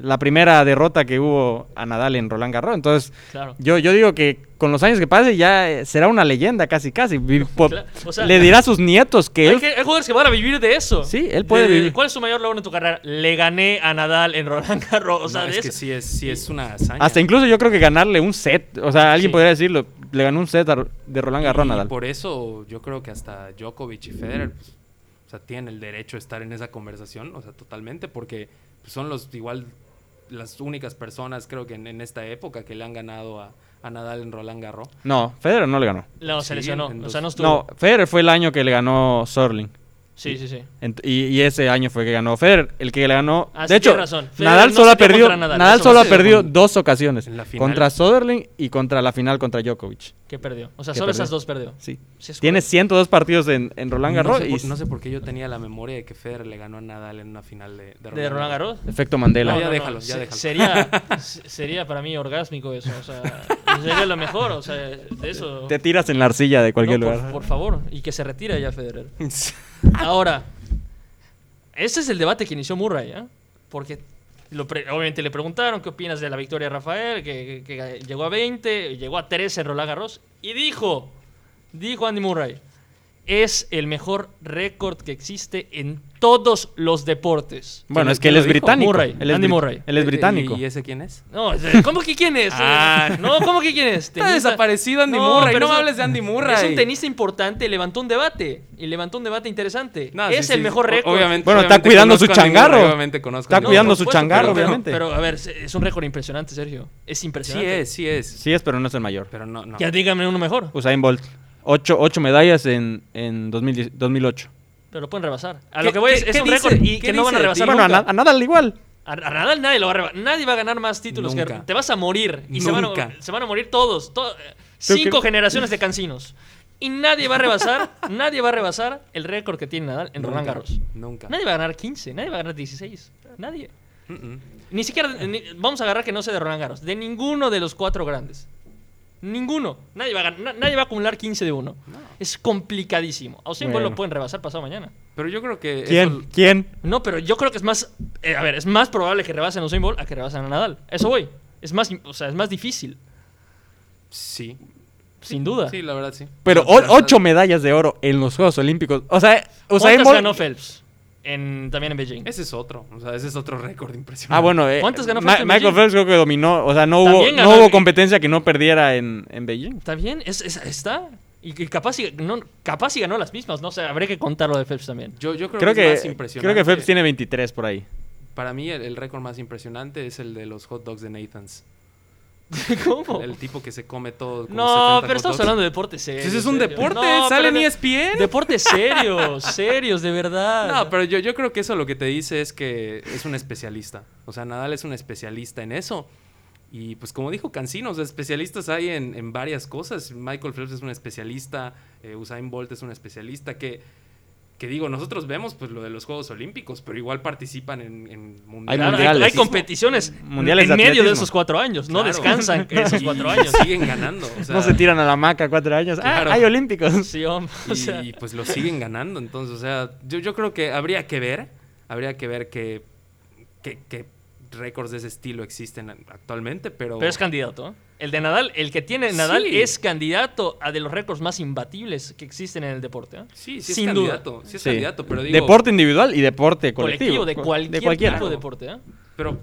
Speaker 2: la primera derrota que hubo a Nadal en Roland Garros. Entonces,
Speaker 1: Claro.
Speaker 2: yo, yo digo que con los años que pase ya eh, será una leyenda casi, casi. Vi- po-
Speaker 1: Claro, o sea-
Speaker 2: le dirá a sus nietos que
Speaker 1: Hay,
Speaker 2: él...
Speaker 1: que- hay jugadores que van a vivir de eso.
Speaker 2: Sí, él puede
Speaker 1: De- de-
Speaker 2: vivir.
Speaker 1: ¿Cuál es su mayor logro en tu carrera? Le gané a Nadal en Roland Garros. O sea,
Speaker 3: No,
Speaker 1: de
Speaker 3: es que
Speaker 1: eso-
Speaker 3: sí es, sí es una hazaña.
Speaker 2: Hasta incluso yo creo que ganarle un set, o sea, alguien
Speaker 1: Sí.
Speaker 2: podría decirlo, le ganó un set a Ro- de Roland Garros a
Speaker 3: Y
Speaker 2: Nadal.
Speaker 3: por eso yo creo que hasta Djokovic y Federer pues, o sea, tienen el derecho de estar en esa conversación, o sea, totalmente, porque pues, son los igual las únicas personas creo que en, en esta época que le han ganado a, a Nadal en Roland Garros.
Speaker 2: No, Federer no le ganó.
Speaker 1: No, se
Speaker 3: Sí,
Speaker 1: lesionó.
Speaker 3: en
Speaker 1: O sea, no
Speaker 3: dos-
Speaker 1: estuvo.
Speaker 2: No, Federer fue el año que le ganó Sorling.
Speaker 1: Sí, sí, sí.
Speaker 2: y, y ese año fue que ganó Federer, el que le ganó.
Speaker 1: Ah, sí,
Speaker 2: de hecho,
Speaker 1: tienes razón. Federer
Speaker 2: Nadal
Speaker 1: no
Speaker 2: solo ha
Speaker 1: se dio
Speaker 2: perdido,
Speaker 1: contra Nadal,
Speaker 2: Nadal,
Speaker 1: eso
Speaker 2: solo
Speaker 1: va
Speaker 2: ha
Speaker 1: a ser
Speaker 2: perdido
Speaker 3: con-
Speaker 2: dos ocasiones,
Speaker 3: en la final.
Speaker 2: contra Söderling y contra la final contra Djokovic.
Speaker 1: Que perdió. O sea,
Speaker 2: Que
Speaker 1: solo
Speaker 2: perdió.
Speaker 1: esas dos perdió.
Speaker 2: Sí.
Speaker 1: Sí, es
Speaker 2: Tiene
Speaker 1: correcto.
Speaker 2: 102 partidos en, en Roland Garros
Speaker 3: no, sé
Speaker 2: y
Speaker 3: por, no sé por qué yo tenía la memoria de que Federer le ganó a Nadal en una final de, de
Speaker 1: ¿De Roland Garros?
Speaker 2: efecto Mandela.
Speaker 1: Ah,
Speaker 3: No, ya déjalo, ya
Speaker 1: se-
Speaker 3: déjalo. [LAUGHS]
Speaker 1: Sería, se- sería para mí orgásmico eso. O sea, sería lo mejor. O sea, de eso.
Speaker 2: Te tiras en la arcilla de cualquier
Speaker 1: No, por-
Speaker 2: lugar.
Speaker 1: Por, favor, y que se retire ya
Speaker 2: [LAUGHS]
Speaker 1: Federer. Ahora, ese es el debate que inició Murray, ¿eh? Porque lo pre- obviamente le preguntaron qué opinas de la victoria de Rafael, que, que- que llegó a 20, llegó a 13 en Roland Garros, y dijo, dijo Andy Murray, es el mejor récord que existe en todos los deportes.
Speaker 2: Bueno,
Speaker 3: ¿Quién-
Speaker 2: es que
Speaker 3: quién
Speaker 2: él
Speaker 3: lo
Speaker 2: es
Speaker 3: dijo?
Speaker 2: británico.
Speaker 1: Murray,
Speaker 2: Él es
Speaker 1: Andy
Speaker 2: bri-
Speaker 1: Murray.
Speaker 2: Él es
Speaker 3: Eh,
Speaker 2: británico.
Speaker 3: ¿Y ese quién es?
Speaker 1: No, o sea, ¿cómo que quién es?
Speaker 3: [LAUGHS] Ah.
Speaker 1: No, ¿cómo que quién es?
Speaker 3: Está
Speaker 1: Tenista-
Speaker 3: desaparecido Andy
Speaker 1: No,
Speaker 3: Murray.
Speaker 1: pero es
Speaker 3: No
Speaker 1: un-
Speaker 3: hables de Andy Murray.
Speaker 1: Es un tenista importante, levantó un debate. Y levantó un debate interesante.
Speaker 3: No, sí,
Speaker 1: es el
Speaker 3: sí,
Speaker 1: mejor
Speaker 3: o-
Speaker 1: récord.
Speaker 3: obviamente-
Speaker 2: Bueno, está
Speaker 3: obviamente
Speaker 2: cuidando su
Speaker 3: conozco a Andy
Speaker 2: changarro.
Speaker 3: Murray, obviamente conozco a
Speaker 2: Está
Speaker 3: Andy
Speaker 2: cuidando
Speaker 3: Murray.
Speaker 2: su
Speaker 1: por
Speaker 2: changarro,
Speaker 1: pero-
Speaker 2: obviamente.
Speaker 1: Pero, a ver, se- es un récord impresionante, Sergio. Es
Speaker 3: Sí
Speaker 1: impresionante.
Speaker 3: es, sí es.
Speaker 2: Sí es, pero no es el mayor.
Speaker 3: Pero no, no.
Speaker 1: Ya dígame uno mejor.
Speaker 2: Usain Bolt. Ocho, ocho medallas en, en 2010 2008.
Speaker 1: Pero lo pueden rebasar. A
Speaker 3: ¿Qué-
Speaker 1: lo que voy es,
Speaker 3: qué-
Speaker 1: es
Speaker 3: qué
Speaker 1: un récord
Speaker 3: dice?
Speaker 1: y
Speaker 3: ¿Qué
Speaker 1: que no van a
Speaker 3: dice de
Speaker 1: rebasar.
Speaker 3: ti?
Speaker 2: bueno, a,
Speaker 1: nunca.
Speaker 2: Na- a Nadal igual.
Speaker 1: A, a Nadal nadie lo va a rebajar. Nadie va a ganar más títulos que
Speaker 3: Nunca.
Speaker 1: Te vas a morir. Y se van,
Speaker 3: Nunca.
Speaker 1: a, se van a morir todos. to- eh, cinco
Speaker 2: que-
Speaker 1: generaciones de cancinos. Y nadie va a rebasar, [LAUGHS] nadie va a rebasar el récord que tiene Nadal en Roland Garros.
Speaker 3: Nunca.
Speaker 1: Nadie va a ganar 15, nadie va a ganar 16. Nadie.
Speaker 3: Mm, mm.
Speaker 1: Ni siquiera, ni- vamos a agarrar que no sea de Roland Garros. De ninguno de los cuatro grandes. Ninguno. Nadie va a, gan- na- nadie va a acumular 15 de uno. Es complicadísimo. A Usain Bolt
Speaker 2: Bueno.
Speaker 1: lo pueden rebasar pasado mañana.
Speaker 3: Pero yo creo que.
Speaker 2: ¿Quién?
Speaker 3: eso-
Speaker 2: ¿Quién?
Speaker 1: No, pero yo creo que es más. eh, a ver, es más probable que rebasen a Usain Bolt a que rebasen a Nadal. A Eso voy. Es más, im- o sea, es más difícil.
Speaker 3: Sí.
Speaker 1: Sin duda.
Speaker 3: Sí, la verdad sí.
Speaker 2: Pero
Speaker 3: La
Speaker 2: o-
Speaker 3: verdad-
Speaker 2: ocho medallas de oro en los Juegos Olímpicos. O sea, Usain
Speaker 1: ¿Cuántas
Speaker 2: Bolt.
Speaker 1: ganó Phelps? En, también en Beijing.
Speaker 3: Ese es otro. O sea, ese es otro [LAUGHS] récord impresionante.
Speaker 2: Ah, bueno, eh,
Speaker 1: ¿Cuántas ganó
Speaker 2: Ma-
Speaker 1: Phelps en
Speaker 2: Michael
Speaker 1: Beijing?
Speaker 2: Phelps creo que dominó. O sea, no hubo,
Speaker 1: También ganó
Speaker 2: no hubo
Speaker 1: en-
Speaker 2: competencia que no perdiera en, en Beijing.
Speaker 1: Está bien, es, es- está. Y, y capaz, si, no, capaz si ganó las mismas, no sé, habría que contar lo de Phelps también. [LAUGHS]
Speaker 3: Yo, yo creo,
Speaker 2: Creo
Speaker 3: que, es
Speaker 2: que,
Speaker 3: más impresionante.
Speaker 2: creo que Phelps tiene 23 por ahí.
Speaker 3: Para mí, el, el récord más impresionante es el de los hot dogs de Nathan's.
Speaker 1: ¿Cómo?
Speaker 3: El tipo que se come todo. como
Speaker 1: Oh. No, pero
Speaker 3: 70 hot
Speaker 1: estamos
Speaker 3: dogs.
Speaker 1: hablando de deportes serios.
Speaker 3: Pues es un
Speaker 1: Sergio.
Speaker 3: deporte,
Speaker 1: No,
Speaker 3: sale en E
Speaker 1: pero de-
Speaker 3: ESPN.
Speaker 1: Deportes serios, serios, de verdad.
Speaker 3: No, pero yo, yo creo que eso lo que te dice es que es un especialista. O sea, Nadal es un especialista en eso. Y pues como dijo Cancinos, especialistas hay en, en varias cosas. Michael Phelps es un especialista, eh, Usain Bolt es un especialista que, que digo, nosotros vemos pues lo de los Juegos Olímpicos, pero igual participan en, en mundiales.
Speaker 1: Claro, hay,
Speaker 2: mundiales.
Speaker 1: hay competiciones
Speaker 2: Mundiales
Speaker 1: en
Speaker 2: de
Speaker 1: medio de
Speaker 2: atletismo.
Speaker 1: esos cuatro años. No
Speaker 3: Claro. [LAUGHS]
Speaker 1: descansan esos
Speaker 3: Y
Speaker 1: cuatro años.
Speaker 3: siguen ganando. o sea,
Speaker 2: no se tiran a la maca cuatro años. Ah,
Speaker 3: Claro.
Speaker 2: hay Olímpicos.
Speaker 1: Sí, hombre, o
Speaker 3: [LAUGHS] y,
Speaker 1: sea,
Speaker 3: pues lo siguen ganando. Entonces, o sea, yo, yo creo que habría que ver, habría que ver qué que, récords de ese estilo existen actualmente, pero...
Speaker 1: pero es candidato. ¿eh? El de Nadal, el que tiene Nadal
Speaker 3: Sí.
Speaker 1: es candidato a de los récords más imbatibles que existen en el deporte. ¿eh?
Speaker 3: Sí, sí es
Speaker 1: sin duda.
Speaker 3: candidato, sí es
Speaker 2: Sí.
Speaker 3: candidato, pero digo...
Speaker 2: Deporte individual y deporte colectivo.
Speaker 1: Colectivo, de
Speaker 2: Cu-
Speaker 1: cualquier
Speaker 2: cualquiera.
Speaker 1: tipo de
Speaker 3: Claro.
Speaker 1: deporte. ¿eh?
Speaker 3: Pero,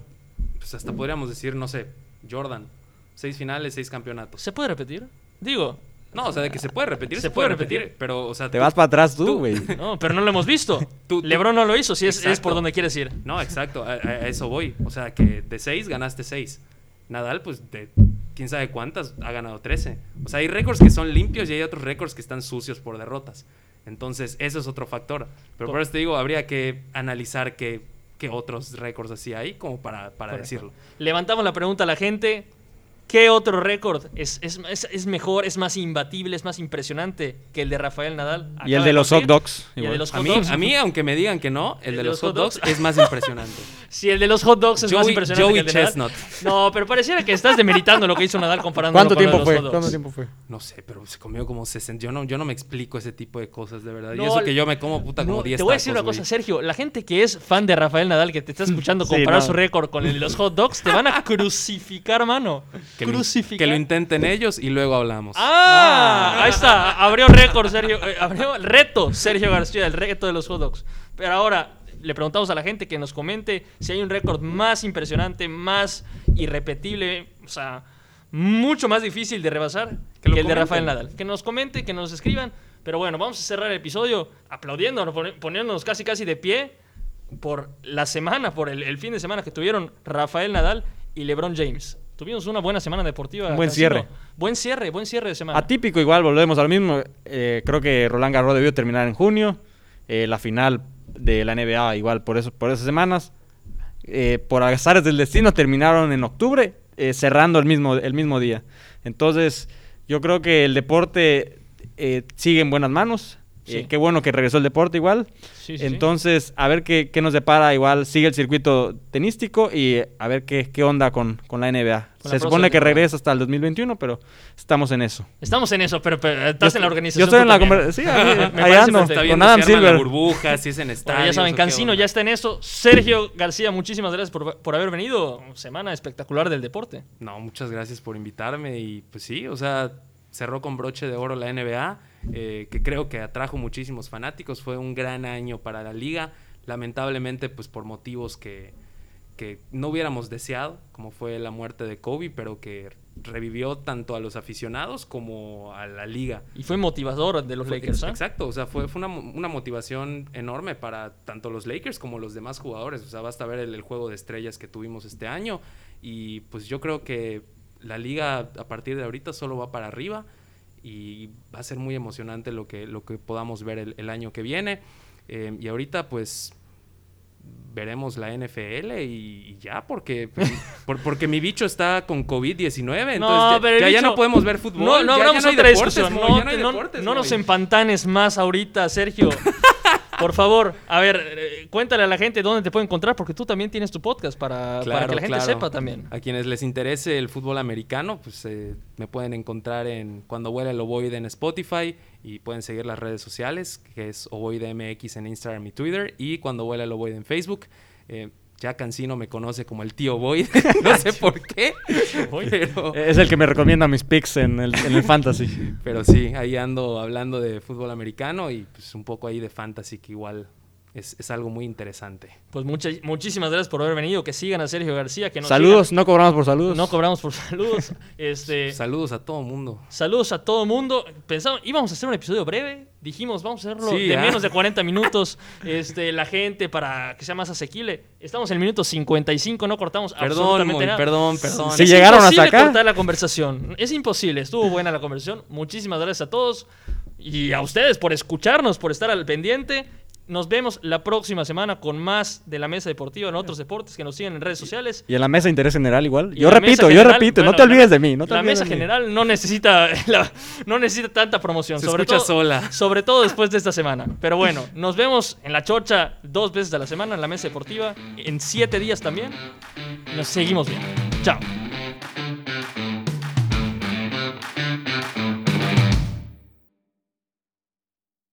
Speaker 3: pues hasta podríamos decir, no sé, Jordan, seis finales, seis campeonatos.
Speaker 1: ¿Se puede repetir? Digo,
Speaker 3: No, o sea, de que se puede repetir, se,
Speaker 1: Se
Speaker 3: puede
Speaker 1: puede
Speaker 3: repetir,
Speaker 1: repetir.
Speaker 3: pero, o sea...
Speaker 2: Te
Speaker 3: tú-
Speaker 2: vas para atrás tú,
Speaker 3: tú. [LAUGHS]
Speaker 2: güey.
Speaker 1: no, pero no lo hemos visto.
Speaker 3: Tú- tú-
Speaker 1: Lebron no lo hizo, si es, es
Speaker 3: Exacto.
Speaker 1: por donde quieres ir.
Speaker 3: No, exacto, a, a eso voy. O sea, que de 6 ganaste 6. Nadal, pues de quién sabe cuántas, ha ganado 13. O sea, hay récords que son limpios y hay otros récords que están sucios por derrotas. Entonces, eso es otro factor. Pero por eso te digo, habría que analizar qué, qué otros récords así hay como para, para
Speaker 1: Correcto.
Speaker 3: decirlo.
Speaker 1: Levantamos la pregunta a la gente. ¿Qué otro récord es, es- es- es mejor, es más imbatible, es más impresionante que el de Rafael Nadal?
Speaker 2: Y el
Speaker 1: Acaba
Speaker 2: de los hot
Speaker 1: conseguir. Y
Speaker 2: dogs.
Speaker 1: el
Speaker 2: igual.
Speaker 1: de los
Speaker 3: A
Speaker 1: hot
Speaker 3: mí,
Speaker 1: dogs.
Speaker 3: a mí, aunque me digan que no, el, de, los hot dogs,
Speaker 1: [LAUGHS]
Speaker 3: es más impresionante.
Speaker 1: Si el de los hot dogs es más
Speaker 3: Joey-
Speaker 1: impresionante
Speaker 3: Joey
Speaker 1: que el de Nadal.
Speaker 3: Chestnut.
Speaker 1: No, pero pareciera que estás demeritando lo que hizo Nadal comparando con
Speaker 2: ¿Cuánto
Speaker 1: lo de
Speaker 2: tiempo
Speaker 1: los
Speaker 2: fue?
Speaker 1: hot dogs.
Speaker 2: ¿Cuánto tiempo fue?
Speaker 3: No sé, pero se comió como 60. Yo no, yo no me explico ese tipo de cosas, de verdad. y
Speaker 1: No,
Speaker 3: eso
Speaker 1: el-
Speaker 3: que yo me como puta como
Speaker 1: No,
Speaker 3: 10
Speaker 1: te voy a decir
Speaker 3: tacos,
Speaker 1: una cosa,
Speaker 3: güey.
Speaker 1: Sergio. La gente que es fan de Rafael Nadal, que te está escuchando
Speaker 2: [LAUGHS] Sí,
Speaker 1: comparar
Speaker 2: no.
Speaker 1: su récord con el de los hot dogs, te van a crucificar, mano.
Speaker 3: Que lo,
Speaker 1: crucificar.
Speaker 3: que lo intenten ellos y luego hablamos.
Speaker 1: Ah, ahí está. Abrió récord, Sergio. eh, abrió el reto, Sergio García, el reto de los hot dogs. Pero ahora le preguntamos a la gente que nos comente si hay un récord más impresionante, más irrepetible, o sea, mucho más difícil de rebasar
Speaker 3: Que
Speaker 1: que,
Speaker 3: lo
Speaker 1: el de
Speaker 3: comenten.
Speaker 1: Rafael Nadal. Que nos comente, que nos escriban. Pero bueno, vamos a cerrar el episodio aplaudiéndonos, poni- poniéndonos casi casi de pie por la semana, por el, el fin de semana que tuvieron Rafael Nadal y LeBron James. Tuvimos una buena semana deportiva.
Speaker 2: Buen
Speaker 1: Cancino.
Speaker 2: cierre.
Speaker 1: Buen cierre, buen cierre de semana.
Speaker 2: Atípico igual, volvemos al mismo. Eh, creo que Roland Garros debió terminar en junio. Eh, la final de la NBA igual por, eso, por esas semanas. Eh, por azares del destino terminaron en octubre, eh, cerrando el mismo, el mismo día. Entonces, yo creo que el deporte eh, sigue en buenas manos.
Speaker 1: Sí.
Speaker 2: Eh, qué bueno que regresó el deporte igual.
Speaker 1: Sí, sí, sí.
Speaker 2: Entonces, a ver qué, qué nos depara. Igual sigue el circuito tenístico y eh, a ver qué, qué onda con, con la NBA.
Speaker 1: Con la
Speaker 2: Se supone
Speaker 1: próxima
Speaker 2: que
Speaker 1: temporada.
Speaker 2: regresa hasta el 2021, pero estamos en eso.
Speaker 1: Estamos en eso, pero, pero estás
Speaker 2: Yo
Speaker 1: en la
Speaker 2: estoy-
Speaker 1: organización.
Speaker 2: Yo estoy en
Speaker 1: tú
Speaker 2: la
Speaker 1: también. [LAUGHS]
Speaker 2: conversación. Sí, ahí-
Speaker 1: Me
Speaker 2: ahí
Speaker 1: parece
Speaker 2: ando,
Speaker 1: perfecto.
Speaker 3: Está
Speaker 2: con
Speaker 3: viendo
Speaker 2: Adam
Speaker 3: si arman
Speaker 2: Silver.
Speaker 3: La burbuja, si es
Speaker 1: [LAUGHS]
Speaker 3: en
Speaker 1: Bueno,
Speaker 3: estadios.
Speaker 1: ya saben,
Speaker 3: o qué
Speaker 1: Cancino
Speaker 3: onda.
Speaker 1: ya está en eso. Sergio García, muchísimas gracias por, por haber venido. Semana espectacular del deporte.
Speaker 3: No, muchas gracias por invitarme y pues sí, o sea, cerró con broche de oro la NBA, eh, que creo que atrajo muchísimos fanáticos, fue un gran año para la liga, lamentablemente pues por motivos que, que no hubiéramos deseado, como fue la muerte de Kobe, pero que revivió tanto a los aficionados como a la liga.
Speaker 1: Y fue motivador de los
Speaker 3: Fue-
Speaker 1: Lakers,
Speaker 3: ex-
Speaker 1: ¿ah?
Speaker 3: Exacto, o sea, fue, fue una, mo- una motivación enorme para tanto los Lakers como los demás jugadores. O sea, basta ver el, el juego de estrellas que tuvimos este año. Y pues yo creo que la liga a partir de ahorita solo va para arriba y va a ser muy emocionante lo que, lo que podamos ver el, el año que viene. Eh, y ahorita pues veremos la NFL y, y ya,
Speaker 1: [LAUGHS]
Speaker 3: porque, por- porque mi bicho está con COVID-19, entonces
Speaker 1: No,
Speaker 3: ya-
Speaker 1: pero
Speaker 3: ya,
Speaker 1: el
Speaker 3: ya
Speaker 1: bicho-
Speaker 3: no podemos ver fútbol.
Speaker 1: No,
Speaker 3: ya-
Speaker 1: no
Speaker 3: ya
Speaker 1: hablamos
Speaker 3: no hay
Speaker 1: otra
Speaker 3: deportes,
Speaker 1: discusión.
Speaker 3: Moy,
Speaker 1: No,
Speaker 3: ya no hay
Speaker 1: no-
Speaker 3: deportes,
Speaker 1: no nos
Speaker 3: Moy.
Speaker 1: empantanes más ahorita,
Speaker 3: [LAUGHS]
Speaker 1: Sergio. Por favor, a ver, eh, cuéntale a la gente dónde te puede encontrar, porque tú también tienes tu podcast Ah, para, para
Speaker 3: Claro,
Speaker 1: que la gente
Speaker 3: claro.
Speaker 1: sepa también.
Speaker 3: A quienes les interese el fútbol americano, pues eh, me pueden encontrar en Cuando Vuela el Ovoide en Spotify y pueden seguir las redes sociales, que es Ovoide MX en Instagram y Twitter y Cuando Vuela el Ovoide en Facebook. Eh, ya Cancino me conoce como el tío Boyd, [LAUGHS] no
Speaker 1: [LAUGHS]
Speaker 3: sé por qué, pero,
Speaker 1: Eh.
Speaker 2: Es el que me recomienda mis picks en el, en el fantasy.
Speaker 3: pero sí, ahí ando hablando de fútbol americano y pues un poco ahí de fantasy que igual es, es algo muy interesante.
Speaker 1: Pues muchas, muchísimas gracias por haber venido. Que sigan a Sergio García. [LAUGHS] Que nos
Speaker 2: saludos,
Speaker 1: sigan.
Speaker 2: no cobramos por saludos.
Speaker 1: No cobramos por
Speaker 3: [LAUGHS]
Speaker 1: saludos. este,
Speaker 3: Saludos a todo mundo.
Speaker 1: saludos a todo mundo. Pensamos, íbamos a hacer un episodio breve. Dijimos, vamos a hacerlo
Speaker 3: Sí,
Speaker 1: de
Speaker 3: ¿ah?
Speaker 1: menos de
Speaker 3: [LAUGHS]
Speaker 1: 40 minutos. este, la gente para que sea más asequible. Estamos en el minuto 55, no cortamos
Speaker 3: Perdón,
Speaker 1: absolutamente
Speaker 3: Moy,
Speaker 1: nada.
Speaker 3: perdón, perdón.
Speaker 2: Sí, llegaron hasta
Speaker 1: imposible
Speaker 2: acá.
Speaker 1: cortar la conversación. Es imposible. Estuvo buena la conversación. Muchísimas gracias a todos y a ustedes por escucharnos, por estar al pendiente. Nos vemos la próxima semana con más de la mesa deportiva en otros deportes que nos siguen en redes sociales.
Speaker 2: Y en la mesa de interés general igual.
Speaker 1: Y
Speaker 2: Yo
Speaker 1: la
Speaker 2: repito,
Speaker 1: mesa
Speaker 2: yo
Speaker 1: general,
Speaker 2: repito,
Speaker 1: bueno,
Speaker 2: no te olvides
Speaker 1: la-
Speaker 2: de mí. No te
Speaker 1: la
Speaker 2: olvides
Speaker 1: mesa
Speaker 2: de mí.
Speaker 1: general no necesita, [LAUGHS] la- no necesita tanta promoción.
Speaker 3: Se
Speaker 1: sobre
Speaker 3: escucha
Speaker 1: todo,
Speaker 3: sola.
Speaker 1: Sobre todo después de esta semana. Pero bueno, nos vemos en la chocha dos veces a la semana en la mesa deportiva. En siete días también. Nos seguimos viendo. Chao.